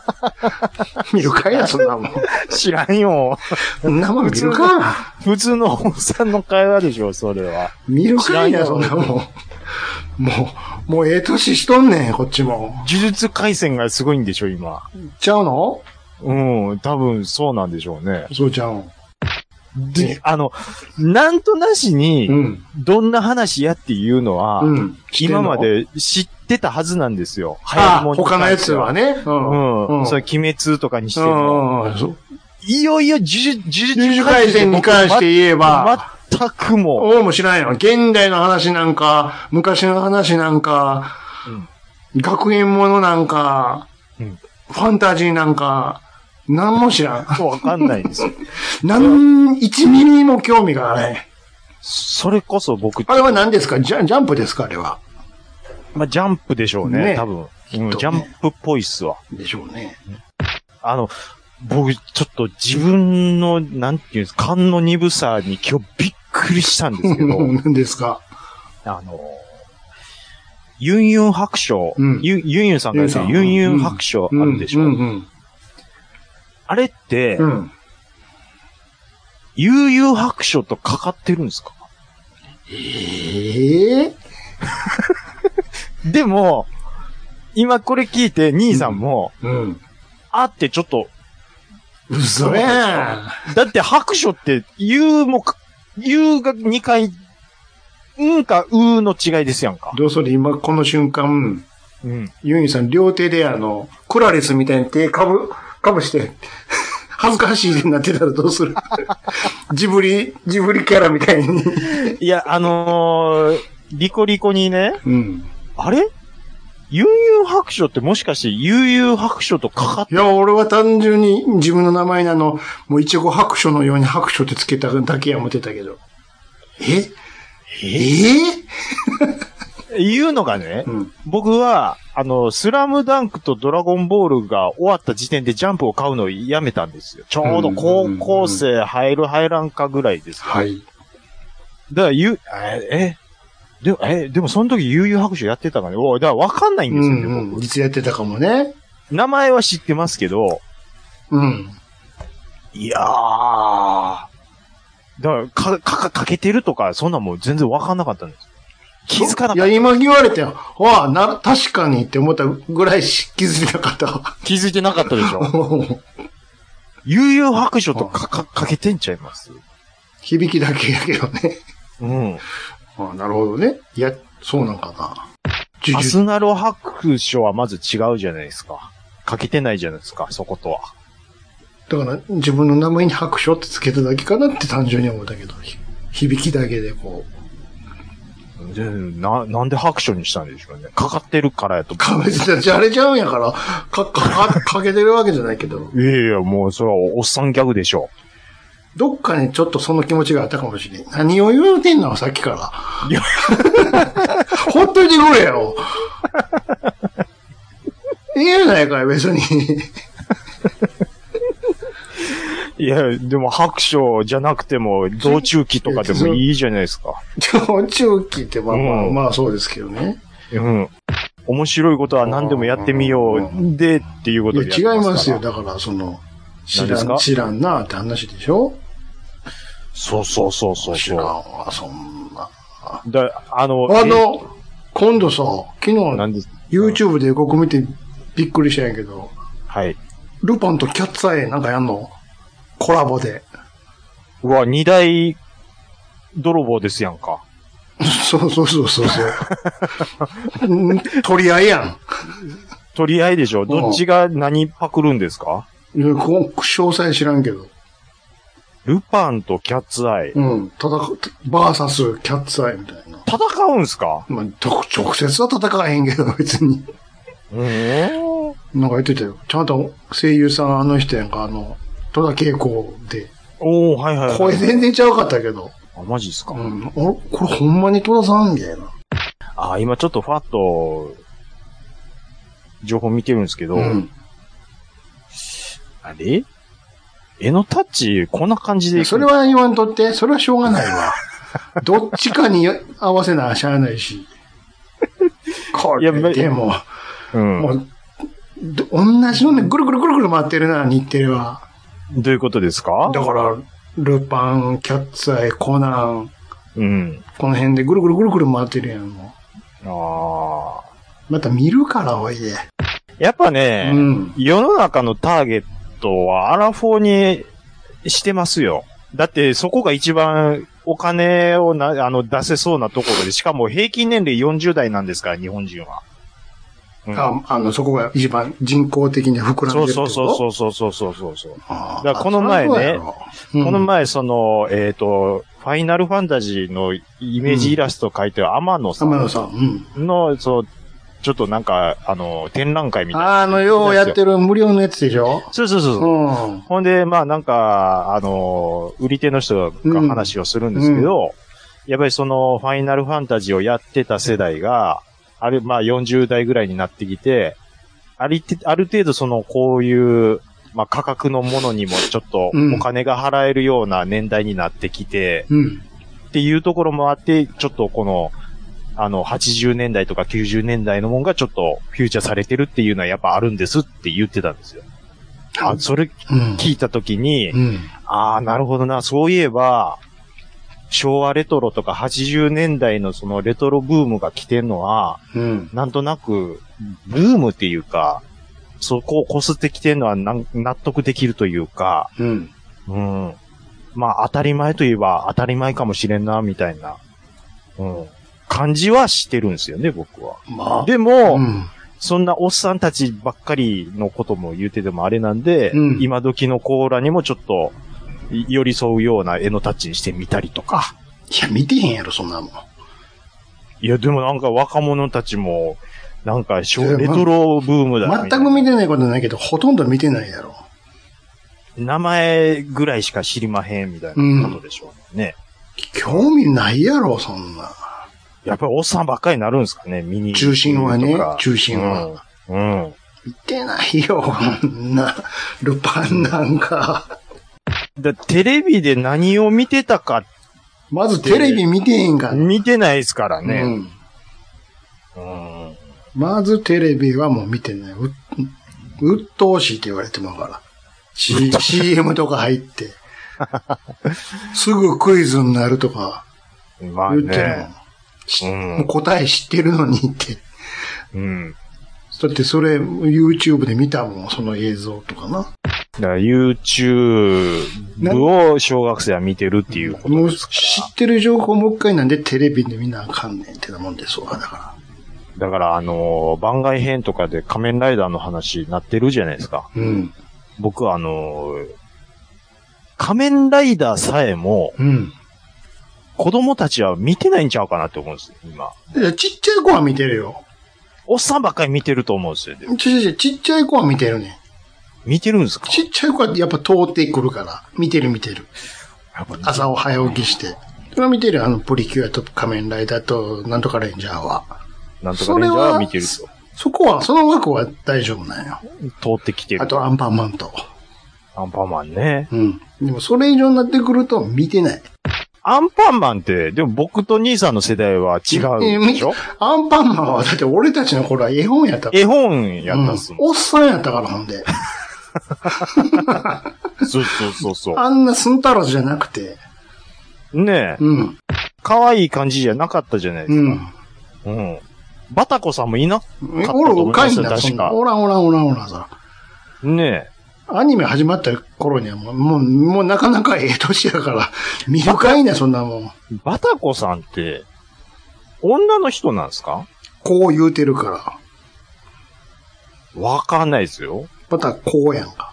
見るかいな、そんなもん。知らんよ。そんなもん見るか。普通のおっさんの会話でしょ、それは。見るかいな、知らそんんよなもん。もう、もうええ年しとんねん、こっちも。呪術回戦がすごいんでしょ、今。ちゃうのうん、多分そうなんでしょうね。そうちゃうん。ねで、あの、なんとなしうに、ん。どんな話やっていうのは、うん。今まで知ってたはずなんですよ。あ、もんに他のやつはね。関うしてん。は。ううんん。それ、鬼滅とかにしてうも。んうんうん。そういよいよ、呪術、呪術呪術回戦に関して言えば、僕は全くもおうも知らんよ。現代の話なんか、昔の話なんか、学園ものなんか、うんファンタジーなんか、なんも 知らん。う、わかんないんですよ。なん、1ミリも興味がない。それこそ僕、あれは何ですかジャジャンプですかあれは。まあ、ジャンプでしょうねね、多分。うんとねジャンプっぽいっすわ。でしょうね。あの、僕、ちょっと自分の、なんていうんですか、勘の鈍さに今日びっくりしたんですけど、何ですかあの、ユンユン白書、うんユンユンユンさんが言ってるユユンンユユンンさん白書あるでしょ、うんうんあれって、うん。うん。悠々白書とかかってるんですかええでも、今これ聞いて、兄さんも、うん。あってちょっと、嘘やん。だって白書って、言うもか、言うが2回、うんかうーの違いですやんか。どうそれ今この瞬間、うん。ユンユさん両手であの、クラリスみたいに手かぶ、かぶして、 恥ずかしいなってたらどうする ジブリ、ジブリキャラみたいに。いや、あのー、リコリコにね、うん。あれ悠々白書ってもしかして悠々白書とかかっいや、俺は単純に自分の名前なの、もう一応白書のように白書ってつけただけや思ってたけど。ええていうのがねう、ん。僕は、あの、スラムダンクとドラゴンボールが終わった時点でジャンプを買うのをやめたんですよ。ちょうど高校生入る入らんかぐらいですよ。はい。だから、ゆ、え、え、でも、え、でもその時悠々白書やってたからね。おいだからわかんないんうですよね、んうん。僕。いつやってたかもね。名前は知ってますけど、うん。いやー。だから、か、か、か、かけてるとか、そんなんもう全然わかんなかったんです。気づかないかっや、今言われて、わあ、な、確かにって思ったぐらいし気づいてなかったわ。 た。気づいてなかったでしょ。悠々白書とか、か、かけてんちゃいます響きだけやけどね。うん。あなるほどね。いや、そうなんかな。ジュアジュスナロ白書はまず違うじゃないですか。かけてないじゃないですか、そことは。だから、自分の名前に白書ってつけただけかなって単純に思ったけど、ひ響きだけでこう。でな、なんで白書にしたんでしょうね。かかってるからやと。か別にじゃれちゃうんやから、か、か、かかけてるわけじゃないけど、いやいや、もうそれはおっさんギャグでしょ。どっかにちょっとその気持ちがあったかもしれん。何を言うてんのさっ きから。いやほっといてくれよ。いいやないかい、別に。 いや、でも白書じゃなくても、道中記とかでもいいじゃないですか。もちろん聞いて、まあまあ、うんまあそうですけどね。うん。面白いことは何でもやってみようう。で、っていうこいとや、で違いますよ。やってからだから、その、知何でらすん、か知らんなって話でしょそうそうそうそう知らんそわ、そんな。う。だ、あの、あの、今度さ、昨え、な日、んです。 YouTube で予告見てびっくりしたんやけど、はい。ルパンとキャッツアイなんかやんのコラ ボで。うわ、二大泥棒ですやんか。そうそうそうそうそう。ん取り合いや取り合いでしょどっちが何パクるんですかん。いやこ詳細知らんけど。ルパンとキャッツアイ。うん。戦う、バーサスキャッツアイみたいな。戦うんすかまあ、と直接は戦わへんけど、別に。うん。なんか言ってたよ。ちゃんと声優さんあの人やんか、あの、戸田恵子で。おー、はいはい、はい。声全然ちゃうかったけど。あ、マジっすか、うん。あこれほんまに戸田さんみたいな。あ、今ちょっとファッと、情報見てるんですけど、うん。あれ絵のタッチ、こんな感じでいくそれは言わんとって、それはしょうがない わ。どっちかによ合わせなあしゃあないし。これ、いやまでも、うん。もう、ど同じのね、ぐるぐるぐるぐる回ってるな、日テレは。どういうことですかだから、ルパン、キャッツアイ、コナン、うん。この辺でぐるぐるぐるぐる回ってるやん、もああ。う。また見るから、おいで。やっぱうね、ん。世の中のターゲットはアラフォーにしてますよ。だってそこが一番お金をな、あの、出せそうなところで、しかも平均年齢40代なんですから、日本人は。うんああの、そこが一番人工的に膨らんでそるっうてそうことそうそうそうそうそうそう。あーだからこの前ねそうやろうんこの前、その、えっ、と、ファイナルファンタジーのイメージイラスト描いてる天野さ天野んさん、うん。の、そう、ちょっとなんか、あの、展覧会みたいな。あの、ようやってる無料のやつでしょそうそうそううそう。ん。ほんで、まあなんか、あの、売り手の人が話をするんですけど、やっぱりその、ファイナルファンタジーをやってた世代が、あれ、まあ40代ぐらいになってきて、ありて、ある程度その、こういう、まあ価格のものにもちょっとうんお金が払えるような年代になってきて、うん。っていうところもあって、ちょっとこの、あの、80年代とか90年代のもんがちょっとフューチャーされてるっていうのはやっぱあるんですって言ってたんですよ。あ、それうん。聞いたときに、うん。ああ、なるほどな、そういえば、昭和レトロとか80年代のそのレトロブームが来てんのは、うん。なんとなく、ブームっていうか、そこを擦ってきてんのはなん納得できるというか、うん。うん。まあ、当たり前といえば当たり前かもしれんな、みたいな、うん。感じはしてるんですよね、僕は。まあ。でも、うん。そんなおっさんたちばっかりのことも言うててもあれなんで、うん今時のコーラにもちょっと、い寄り添うような絵のタッチにしてみたりとか。いや、見てへんやろ、そんなもん。いや、でもなんか若者たちも、なんかしょ、いやまレトロブームだみたいな全く見てないことないけど、ほとんど見てないやろ。名前ぐらいしか知りまへんみたいなことでしょうね。興味ないやろ、そんな。やっぱりおっさんばっかりになるんですかね、ミニ。中心はねとか中心は。うん。うん見てないよ、こんな。ルパンなんか。だテレビで何を見てたか、まずテレビ見てへんから。見てないですからうね。ん。うんまずテレビはもう見てない。う、う鬱陶しいって言われてもから。C、CM とか入って。すぐクイズになるとかまあ言ってるもんね。しうんもう答え知ってるのにって。うん。だってそれ YouTube で見たもん、その映像とかな。だから YouTube を小学生は見てるっていうこともうですか。知ってる情報もう一回なんでテレビで見なあかんねんってなもんですわ、だからだから、あのー番外編とかで仮面ライダーの話なってるじゃないですか。ら。うん。僕はあのー仮面ライダーさえもうん。子供たちは見てないんちゃうかなって思うんですよ、今。いやちっちゃい子は見てるよ。おっさんばっかり見てると思うんですよ。でもちょちょちょちっちゃい子は見てるねん。見てるんですかちっちゃい子はやっぱ通ってくるから、見てる見てる。やっぱね朝を早起きして。それは見てるよあの、プリキュアと仮面ライダーと、なんとかレンジャーは。なんとかレンジャーは見てると。そこは、その枠は大丈夫なんよ。通ってきてる。あと、アンパンマンと。アンパンマンね。うん。でも、それ以上になってくると、見てない。アンパンマンって、でも僕と兄さんの世代は違うでしょアンパンマンは、だって俺たちの頃は絵本やったから絵本やったっすうもんおっさんやったから、ほんで。ん。そうそうそうそあんなスンタロスじゃなくて。 う。ねえ、うん。可愛い感じじゃなかったじゃないでうすん。か。うん。バタコさんもいな、えったとお思いまら、すよおかいんだ、確かそんなおらんおらんおらんおらんさ。ねアニメ始まった頃にはもう、もう、もうなかなかええ年やから、見るかいな、そんなもん。え、バタコさんって、女の人なんですかこう言うてるから。わかんないですよ。また、こうやんか。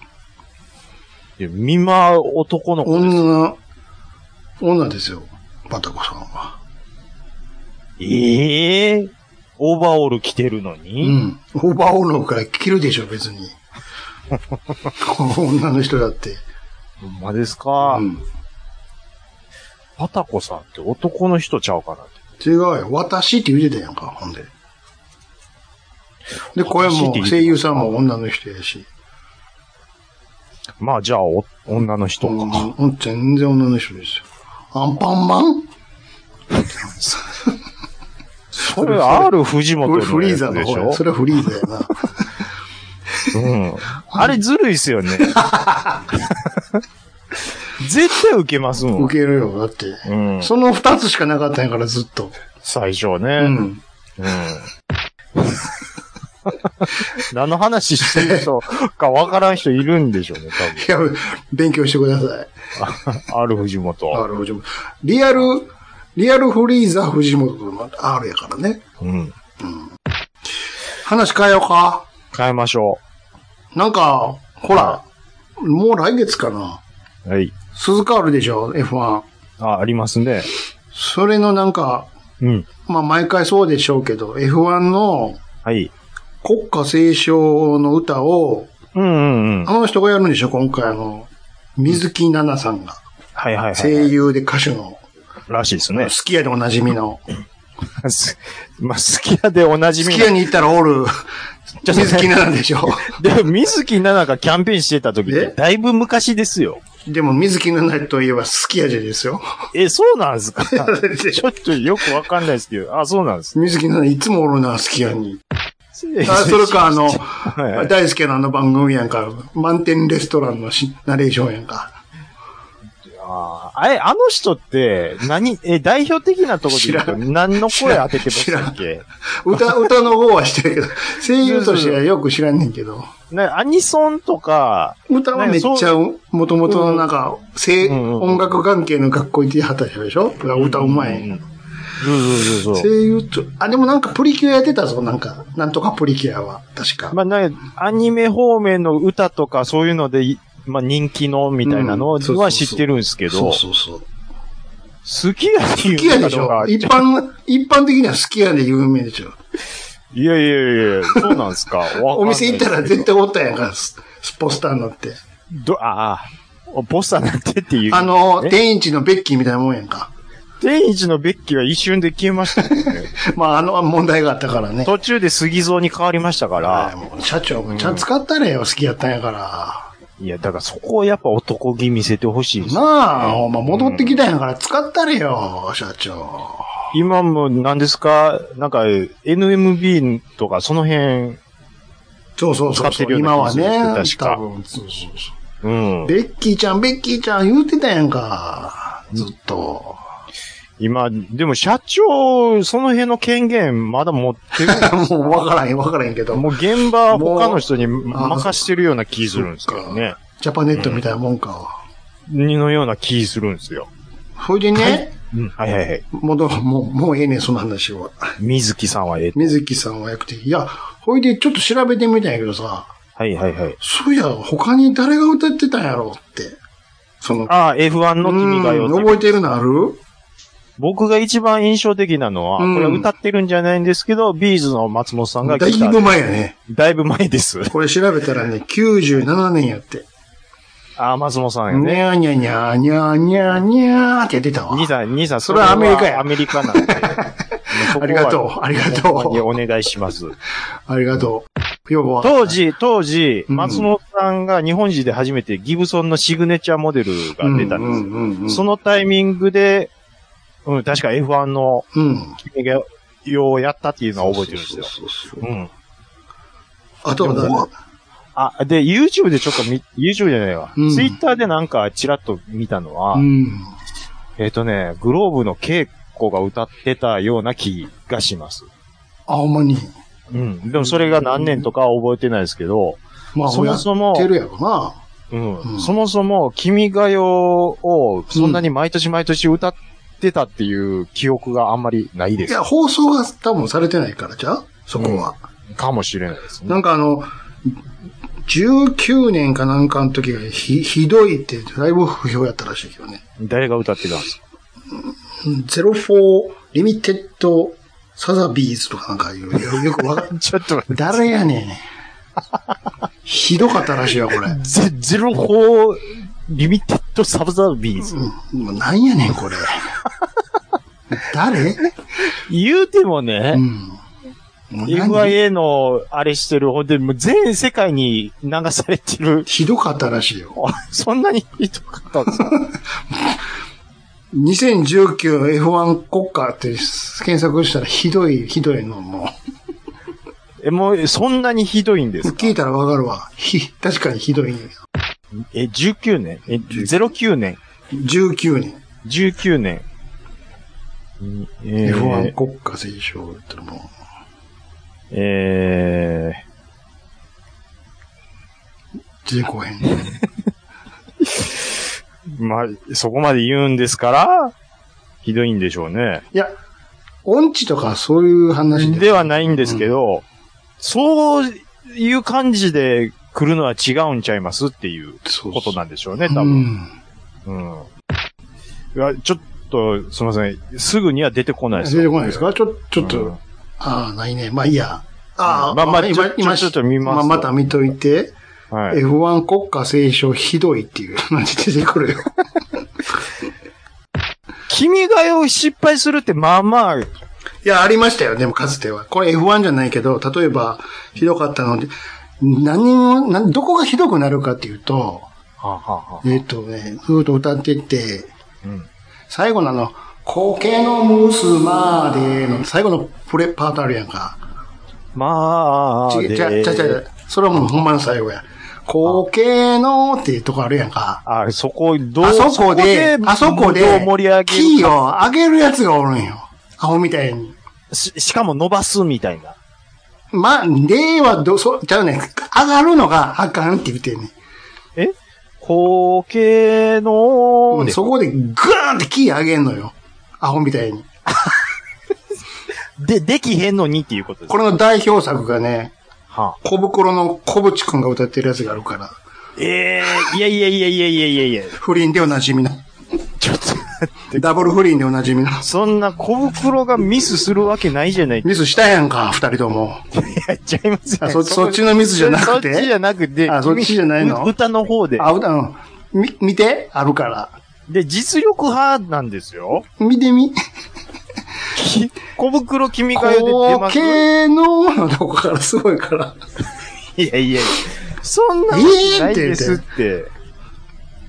いや見ま男の子です。女、女ですよ。バタコさんは。ええオーバーオール着てるのうに、ん。オーバーオールから着るでしょ、別に。女の人だって。ほんまですか、うん。バタコさんって男の人ちゃうかなって。違うよ。私って言うてたやんか、ほんで。で、声私っても言うて、た声優さんも女の人やし。まあじゃあお、女の人か。うん、全然女の人ですよ。アンパンマン それ、R 藤本の俺やつフリーザのでし方ょや。それはフリーザやな。うん。あれずるいっす よね。絶対受けますもん。受けるよ、だって。うん。その二つしかなかったんやから、ずっと。最初うね。ん。うん。 何の話してる人かわからん人いるんでしょうね、いや、勉強してください。多分。R 藤あ本。る藤本。リアル、リアルフリーザ藤本の R やからね。うん。話変えようか。変えましょなんか、ほら、もう来月かな。う。はい。鈴鹿あるでしょ、F1。あ、ありますね。それのなんか、うん。まあ毎回そうでしょうけど、F1 のはい。国歌斉唱の歌を、うんうんうん。あの人がやるんでしょ今回あの、水木奈々さんが。はいはいはい、声優で歌手の、らしいです好ね。 き家でおなじみの。すまあ、好き屋でおなじ好みきの家に行ったらお る、ちょっと待って水木奈々でしょでも、水木奈々がキャンペーンしてた時って、えだいぶ昔ですよ。でも水木奈々といえば好き家でです よ。え、そうなんで すかちだってょっとよくわかんないですけど、あ、そうなんです。水木奈々いつもおるな、好き家に。えあ、それかあいの、はい大好きなあの番組やんか、満点レストランのしナレーションやんか。あーあれ、あの人って、何、え、代表的なところで言うと知ら何の声当ててましたっけ 歌、歌の方はしてるけど、声優としてはよく知らんねんけど、なアニソンとか、歌はめっちゃ、もともとのなんか、声、うんうん音楽関係の学校行ってはった人でしょ歌うまい。そうそうそう声そう。優と、あ、でもなんかプリキュアやってたぞ、なんか。なんとかプリキュアは、確か。まあ、なんかアニメ方面の歌とかそういうのでい、まあ、人気のみたいなのうんそうそうそうは知ってるんですけど、そう好そうそう。好きやってきいやうのでかしどうょか一般、一般的には好きやで有名でしょ。いやいやいや、そうなん ですか。わかんないお店行ったら絶対おったやんか、ススポスターになって。ど、ああ、ボスターなんてっていう。あの、え天一のベッキーみたいなもんやんか。天一のベッキーは一瞬で消えましたもん ね。まあ、あの問題があったからね。途中で杉蔵に変わりましたかはいら。もう社長、ちゃんと使ったらよ、好きやったんやから。いや、だからそこをやっぱ男気見せてほしいです。なあ、ほんま戻ってきたんやから、使ったれよ、社長。今も何ですかなんか NMB とかその辺、そうそうそう使そってう、る今ようなは気がね、する確か多分そうそうそうんう。。ベッキーちゃん、ベッキーちゃん言うてたやんか、ずっ と。今、でも社長、その辺の権限まだ持 ってる。もう分からへん、分からへんけど。もう現場はもう他の人にあ任してるような気するんですけどね。ジャパネットみたいなもんか。にのような気するんですよ。ほいでね、うん。はいはいはい。戻ろう、もう、もうええねん、その話は。水木さんはええ。水木さんは役的。いや、ほいでちょっと調べてみたんやけどさ、はいはいはい。そういや、他に誰が歌ってたんやろうって。その、ああ、F1 の君がうよんって覚えてるのある僕が一番印象的なのは、うんこれは歌ってるんじゃないんですけど、ビーズの松本さんがだギタいーぶ前やね。だいぶ前 です。これ調べたらね、97年やって。ああ、松本さんやね。にゃーにゃーにゃーにゃーにゃーにゃーって出たわ。兄さん、兄さん、それはアメリカやアメリカなんで。そこは ありがとう、ありがとほんまにう、お願いします。ありがとう。要は、当時、当時、うん松本さんが日本人で初めてギブソンのシグネチャーモデルが出たんです。うんうんうんうんそのタイミングで、うん、確か F1 のうん。君がようやったっていうのは覚えてるんですよ。そうそうそうそううん。あとはでもだ、あ、で、YouTube でちょっと見、YouTube じゃないわ。うん Twitter でなんかちらっと見たのは、うん。えっ、とね、グローブの稽古が歌ってたような気がします。あ、ほんまに。うん。でもそれが何年とかは覚えてないですけど、まあ、そほやもっそも、てるやろな。うんうんそもそも、君が代をそんなに毎年毎年歌ってたっていう記憶があんまりないでいす。や、放送が多分されてないからじゃうそこは。かもしれないですなね。んかあの、19年かなんかの時がひひどいって、だいぶ不評やったらしいけどね。誰が歌ってたんですか04リミテッドサザビーズとかなんかいう、よくわかちょっと待って、誰やねん。ひどかったらしいよ、これ。 ゼゼロフォーリミテッドサブザビーズ。もうなんやねん、これ。誰言うてもうね、ん。もう何 FIA のあれしてる、ほんで、もう全世界に流されて る。ひどかったらしいよ。あそんなにひどかったんですか 2019F1 国家って検索したらひどい、ひどいのもえ、もう、そんなにひどいんでう。すか聞いたらわかるわ。ひ、確かにひどいんや。え、19年え、09年19年。 19年。うんえ F1 ー、国家斉唱ってのもえ前後 編。ー、まあ、そこまで言うんですから、ひどいんでしょうね。いや、音痴とかそういう話ではないんですけど、そういう感じで来るのは違うんちゃいますっていうそうことなんでしょうね、う多分。ん。うん。いや、ちょっと、すみません。すぐには出てこないです出よてこないですかちょ、ちょっと、うんああ、ないね。まあいいや。ああ、まあまあ今ちょちょっと見ますまあまた見といて、はい。 F1 国家斉唱ひどいっていう話出てくるよ。君が代を失敗するって、まあまあ、いや、ありましたよ、でもかつては。これ F1 じゃないけど、例えば、ひどかったので、何を、何どこがひどくなるかっていうと、はあはあはあえっ、とね、ふーっと歌ってって、うん最後のあの、苔のムスまでの、最後のプレパートあるやんか。まあ、違う、で違う、違う、違う。それはもうほんまの最後や。苔のっていうとこあるやんか。あ、そこ、どうあそこで、あそこで、どう盛り上げキるーかを上げるやつがおるんよ。アホみたいに。し、しかも伸ばすみたいな。まあ、例はど、そう、ちゃうねん。上がるのがあかんって言ってんねん。え後継のうんでそこでグーンってキー上げんのよ。アホみたいに。で、できへんのにっていうことです。これの代表作がね、はあ、小袋の小渕くんが歌ってるやつがあるから。ええいやいやいやいやいやいやいや不倫でおなじみの。ちょっと、 ダブル不倫でおなじみの。そんな小袋がミスするわけないじゃない。ミスしたやんか、二人とも。やっちゃいますよ、あそそっちのミスじゃなくてそっちじゃなくて。あそっちじゃないのう歌の方で。あ、歌の、み、見てあるから。で、実力派なんです よ。見てみ。き小袋君が代で出後ます。い継ののとこからすごいから。やいやいや。そんなわけないですって。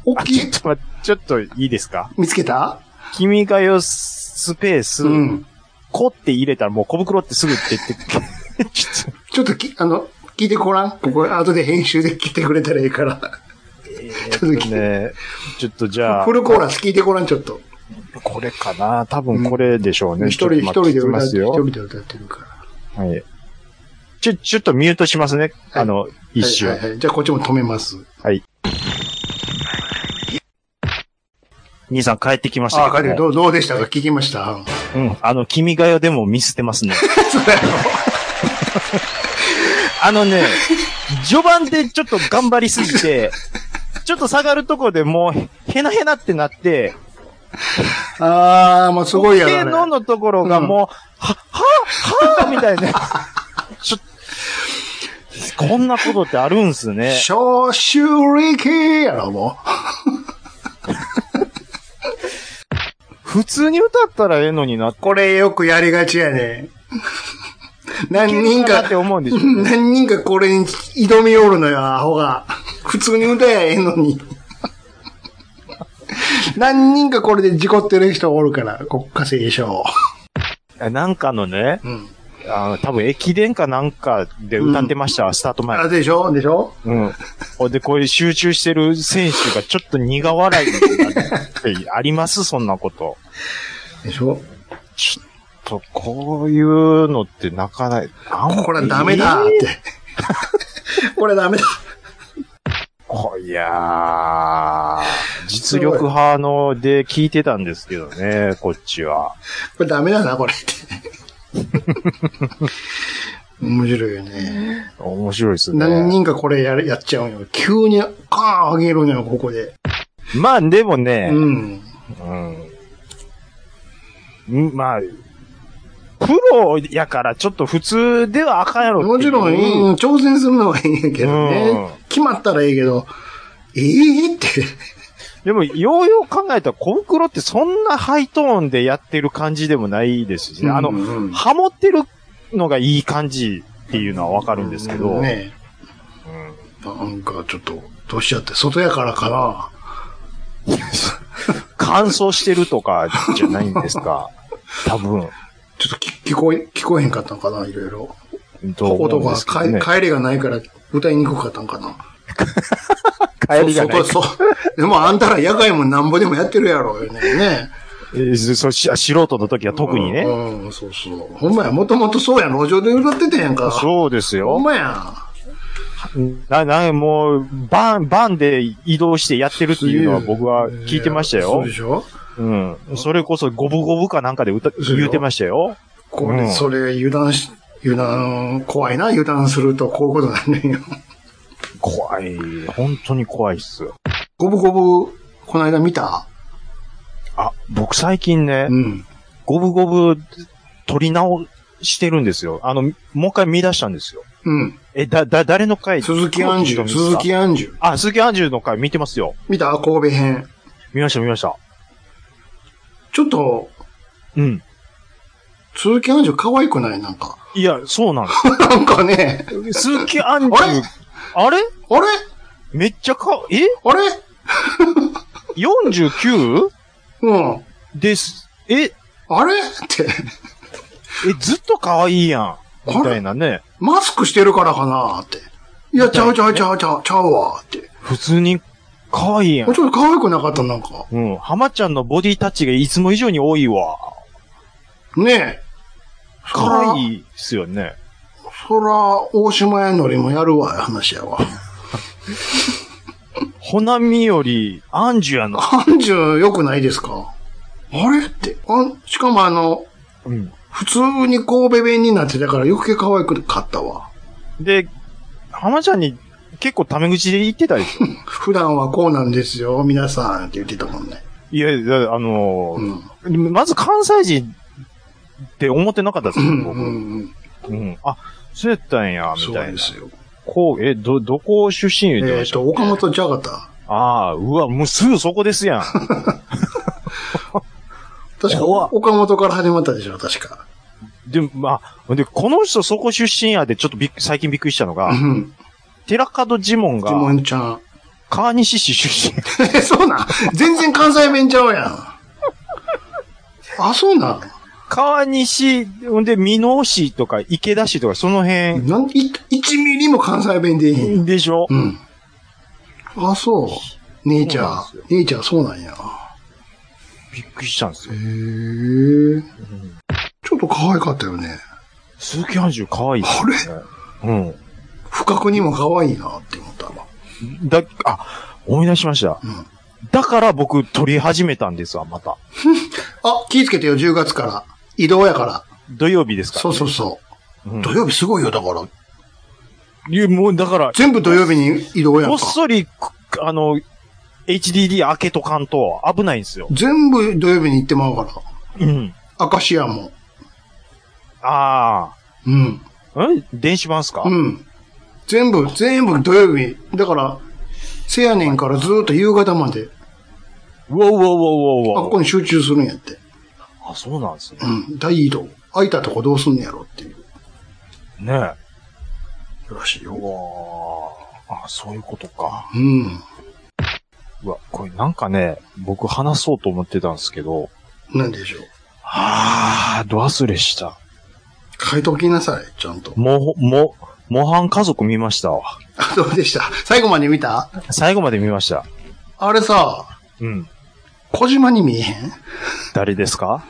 おっあ、きちいょっ。と待って、ちょっといいですか見つけた君が代スペース、うん。こって入れたらもう小袋ってすぐって言って、ちょっ ちょっとき、あの、聞いてごらん。ここ、後で編集で聞いてくれたらいいから。ちょっと聞いとてね、ちょっとじゃあフ、ルコーラス聞いてごらん、ちょっと。これかな多分これでしょうね。一人、一ちょっと待人っでて歌まって、す一よ。人で歌ってるから。はい。ちょ、ちょっとミュートしますね。あの、一瞬。はいはいはい。じゃあこっちも止めます。兄さん帰ってきましたあけどあ、かりも。どう、どうでしたか聞きました。 うんうん。あの、君が代でも見捨て ますね。あのね、序盤でちょっと頑張りすぎて、ちょっと下がるとこでもう、へなへなってなって、ああ、もうすごいや系のろ、ね。のところがもう、は、は、はみた いな。ちょこんなことってあるんすね。消臭力やろ、も普通に歌ったらええのになってう。。これよくやりがち やね。何人いけるかかなって思うんでしょうね 何人かこれに 挑みおるのよ、アホが。普通に歌やええのに。何人かこれで事故ってる人おるから、国家斉唱。えなんかのね、うん。あの、多分駅伝かなんかで歌ってました、スタート前あ、。でしょでしょうん。ほんで、こういう集中してる選手がちょっと苦笑いになるってありますそんなこと。でしょちょっと、こういうのってなかなか、なんこれはダメだって。 これダメだ。こいやー、実力派ので聞いてたんですけどね、こっちは。これダメだな、こ れって。面白いよね。面白いです何ね。人かこれやるやっちゃうんよ。急に、カーン上げるのよ、ここで。まあでもね、うん。うん。んまあ、プロやからちょっと普通ではあかんやろもちろん、いいい。挑戦するのはいいんやけどねう。決まったらいいけど、ええって。でも、ようよう考えたら、コンクロってそんなハイトーンでやってる感じでもないですしね。あうの、んハモってるのがいい感じっていうのはわかるんですけど。ねうんなんかちょっと、どうしちゃって、外やからかな。乾燥してるとかじゃないんですか。 多分。ちょっと聞聞こえ、聞こえへんかったんかな、いろいろ。と思う音んでが、すけかどねえ帰りがないから歌いにくかったんかな。帰りがない。そうそうそう。でもあんたら野外もなんぼでもやってるやろ、ね。えーそそうし素人の時は特にね。うん、うんそうそう。ほんまや、もともとそうやん、路上で歌ってたやんか。そうですよほん。まや。な、な、もう、バン、バンで移動してやってるっていうのは僕は聞いてましたそうよで。しょうん。それこそ五分五分かなんかで歌、そうよ言ってましたよ。これ、うんそれ、油断し、油断、怖いな、油断すると、こういうことになるんよ。 怖い。本当に怖いっすよ。ごぶごぶ、この間見たあ、僕最近ねう、ん。五分五分取り直してるんですよ。あの、もう一回見出したんですよ。うん。え、だ、だ、誰の回鈴木安住、鈴。木安住。あ、鈴木安住の回見てますよ。見た神戸編。見ました、見ました。ちょっと、うん。鈴木安住可愛くないなんか。 いや、そうなんでなんかね、 す。鈴木安あれ住、あれあれめっちゃか、えあれ 49? うん。です。え、え、あれって、ずっと可愛いやん。あれみたいなね。マスクしてるからかなって。いや、ちゃうちゃうちゃうちゃう、ちゃうわって。ち普通に可愛いやょっん。と可愛くなかった、なんか。うん。浜ちゃんのボディタッチがいつも以上に多いわ。ねえ。可い。愛いっすよね。そら、大島屋のりもやるわ、話やわ。ほなみより、アンジュやの。感情良くないですかあれって。あんしかもあの、うん。普通に神戸弁になってたから余計可愛くかったわ。で、浜ちゃんに結構タメ口で言ってたでしょ。普段はこうなんですよ、皆さんって言ってたもんね。 いや、いやあのうーん。まず関西人って思ってなかったですうよ、ん、僕。ううんん、うん。あ、そうやったんや、そみうたいでな。すよ。こう、え、ど、どこ出身えっ言ってま、したと、岡本じゃがた。ああ、うわ、もうすぐそこです やん。確か、怖っ岡本から始まったでしょ、確か。で、まあ、で、この人そこ出身やで、ちょっとびっく最近びっくりしたのうが、ん。寺門ジモンジモが、ンちゃん。 川西市出身。え、そうなん全然関西弁ちゃうやん。あ、そうなん川西、ほんで、美濃市とか池田市とか、その辺なんい1ミリも関西弁でいいんやでしょ、うん。あ、そう。姉ちゃんそうなん。姉ちゃん、そうなんや。びっくりしたんですへよ。え。ちょっと可愛かったよね。鈴木安住可愛いですね。う不覚にも可愛いなって思ったわ。ん。だ、あ、思い出しました。うんだから僕撮り始めたんですわ、また。あ、気ぃつけてよ、10月から。移動やから。土曜日ですから、そうそうそうんう。土曜日すごいよ、だから。いや、もうだから、全部土曜日に移動やこんっか。そり、くあの、HDD 開けとかんと危ないんですよ。全部土曜日に行ってまうかうら。ん。アシアも。あうん。あ。ん電子版っすか、うん。全部、全部土曜日。だから、せやねんからずーっと夕方まで、うわうわうあわうわこうわ。こに集中するんやって。あ、そうなんですねう。ん。大移動。空いたとこどうすんのやろっていう。ねえ。うわらしいよ。あ、そういうことか。うん。うわ、こごい、なんかね、僕話そうと思ってたんですけど、なんでしょう。あー、ド忘れした。書いときなさい、ちゃんと。 も、も、模範家族見ましたわ。あ、どうでした最後まで見た最後まで見ました。あれさ、うん。小島に見えへん誰ですか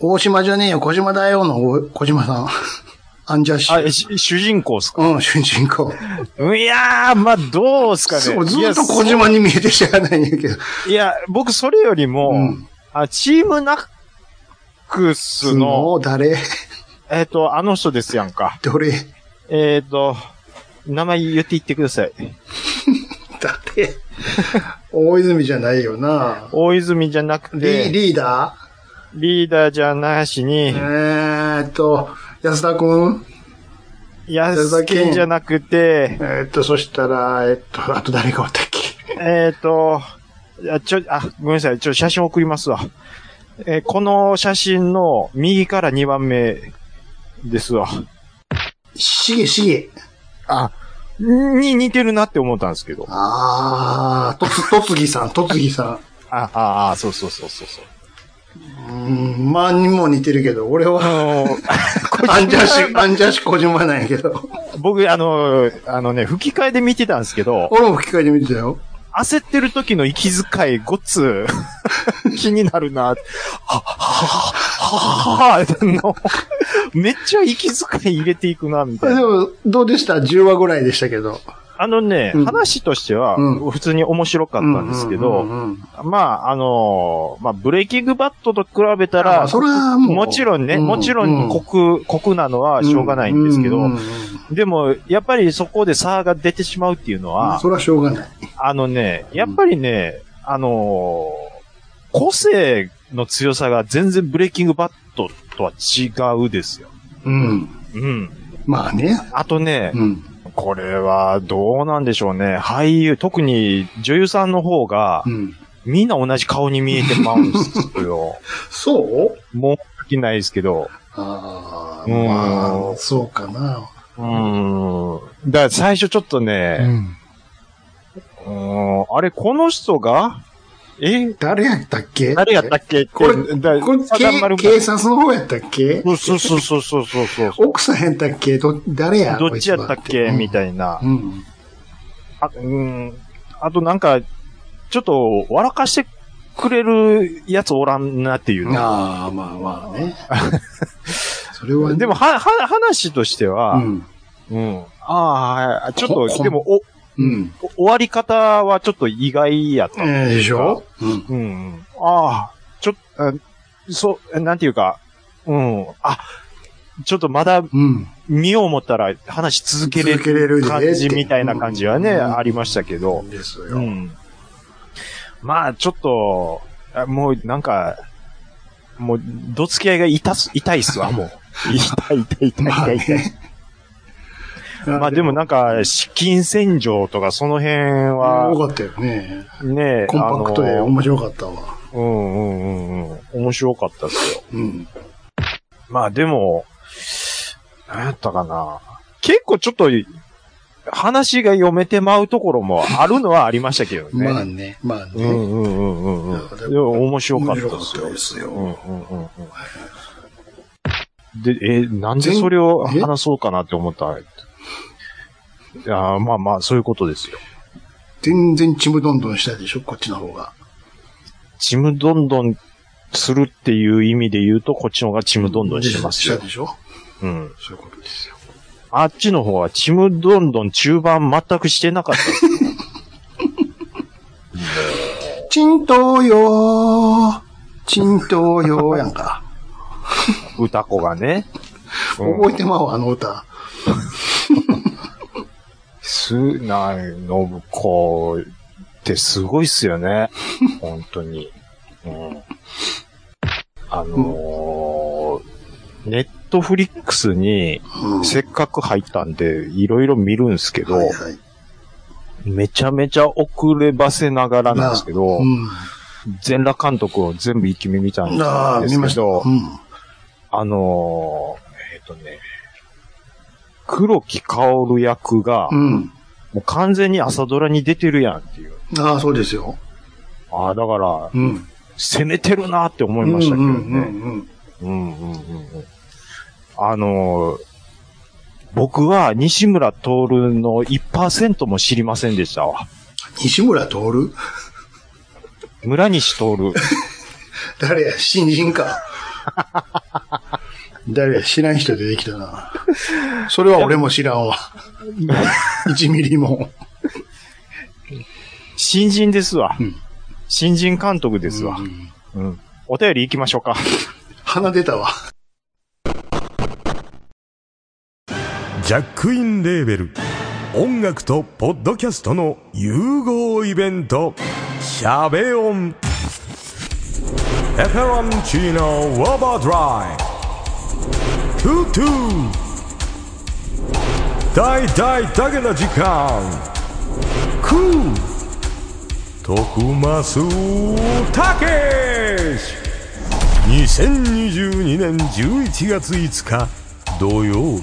大島じゃねえよ、小島だよのお小島さん。 アンジャッシあ、ュ。えし主人公っすかうん、主人公。うんいやー、まあ、どうっすかね。そう、ずいっやと小島に見えてしゃあないんやけど。いや、僕それよりも、うん。あチームナックスの、もう誰えっ、と、あの人ですやんか。どれえっ、と、名前言って言ってください。だって、大泉じゃないよな。大泉じゃなくリて、リーダリーダーじゃなしに、ーえーっと、安田くんや安す田け健んじゃなくて、えーっと、そしたら、えーっと、 あと誰がおったっけえっ、と、あ、ちょ、あ、ごめんなさい。ちょ、写真送りますわ。えーこの写真の右から2番目ですわ。しげしげ。あ、に似てるなって思ったんですけど。あー、とつ、とつぎさん、とつぎさん。あ、あ、あ、そうそうそうそうそう。うん、まあ、にも似てるけど、俺あは、の ーこアンジャッシっュ、アンジャッシュ小島なんやけど。ち僕、あのーあのね、吹き替えで見てたんですけど、俺も吹き替えで見てたよ。焦ってる時の息遣いごっつ、気になるな。は、は、は、は、は、めっちゃ息遣い入れていくな、みでたいな。も、どうでした ?10 話ぐらいでしたけど。あのね、うん話としてはう、普通に面白かったんですけうんうど、んうんうんまあ、あのーまあ、ブレイキングバットと比べたあら、それはもうもちろんね、うんもちろん酷、酷なのはしょうがないんですけど、うううんでも、やっぱりそこで差が出てしまうっていうのは、それはしょうがない。あのね、やっぱりね、あのー個性の強さが全然ブレイキングバットとは違うですよ。うん。うん。まあね。あとね、うん。これはどうなんでしょうね。俳優、特に女優さんの方がう、ん。みんな同じ顔に見えてまうんです よ。そうもう飽きないですけど。ああ、うんまあ、そうかな。うーん。だから最初ちょっとね、ん。うーん、あれ、この人が、え誰やったっけ誰やったっけこれだこれ、定まるけ警察の方やったっけそうそうそうそうそうそうそう。奥さんやったっけど、誰やどっちやったっけみたいな。な。うん。あ、うん。あとなんか、ちょっと、笑かしてくれるやつおらんなっていうね。ああ、まあま あね。それはねでも、、は、は、話としてうは、ん。うん。ああ、ちょっ、ことこでも、お、うん。お終わり方はちょっと意外やった。ええでしょうん。うんうん。ああ、ちょっと、あそう、なんていうか、うん。あ、ちょっとまだうん。見よう思ったら話続けれ続けれるるでって感じみたいな感じはね、うんありましたけど。ですよ。うん。まあ、ちょっと、あもうなんか、もう、どつき合いが痛す、痛いっすわ、もう。 痛い、痛い、痛い、ま痛あい、痛い。ね。 まあでもなんか、資金洗浄とかその辺よは、かったよね。ね、コンパクトあでの面白かったわ。うんうんうんうん。面白かったっすよ。うん。まあでも、何やったかな。結構ちょっと、話が読めてまうところもあるのはありましたけどね。まあね、まあうね。んうんうんうんうん。でも面白かったっすよ。面白かったですようんうんうんうん。で、えーなんでそれをえ話そうかなって思ったいやーまあまあ、そういうことですよ。全然ちむどんどんしたでしょ、こっちの方が。ちむどんどんするっていう意味で言うと、こっちの方がちむどんどんしてますしたよ。でしょうん。そういうことですよ。あっちの方はちむどんどん中盤全くしてなかったです。ちんとうよー。ちんとうよーやんか。歌子が ね。覚えてまうわ、あの歌。す、な、信子ってすごいっすよ ね。本当に。うん、あのー、ネットフリックスにうん。せっかく入ったんで、いろいろ見るんすけど、はいはい。めちゃめちゃ遅ればせながらなんですけど、う全裸監督を全部一気見見たんん。ああ、で見すまけした。ど、うん。あのー、えっ、とね、黒木薫役が、うん。もう完全に朝ドラに出てるやんっていう。ああ、そうですよ。ああ、だから、うん。攻めてるなって思いましたけどうんうんね。うんううんうんんうんうんあのー僕は西村徹の1%も知りませんでしたわ。西村徹村西徹。誰や新 人か。誰や知らん人出てきたな。それは俺も知ら んわ。1ミリも。新人ですわ。うん新人監督ですわう。んうんお便り行きましょうか。鼻出たわ。ジャックインレーベル音楽とポッドキャストの融合イベント「シャベオン」「エフェロンチーノウォーバードライ」「トゥトゥ」「大大だけな時間」「クー」「徳マスたけし」2022年11月5日土曜日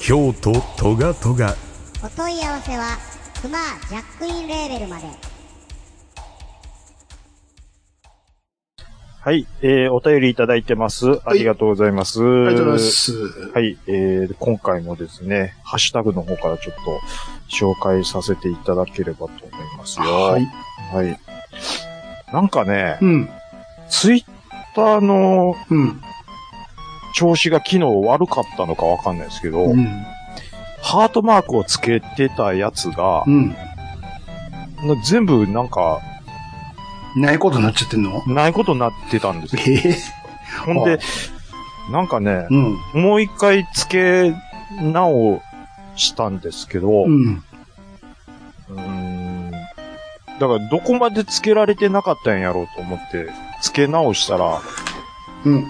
京都トガトガお問い合わせはクマジャックインレーベルまではい、えー、お便りいただいてます。ありがとうございます。あありがとうございま。す。はい、えー、今回もですね、ハッシュタグの方からちょっと紹介させていただければと思いますよ。はい。はい。なんかね、うん。ツイッターのうん。調子が昨日悪かったのかわかんないですけど、うん。ハートマークをつけてたやつがう、ん。な全部なんか、ないことになっちゃってんのないことになってたんですえよ。えほん あで、なんかね、うん。もう一回付け直したんですけど、うん。うーんだからどこまで付けられてなかったんやろうと思って、付け直したら、うん。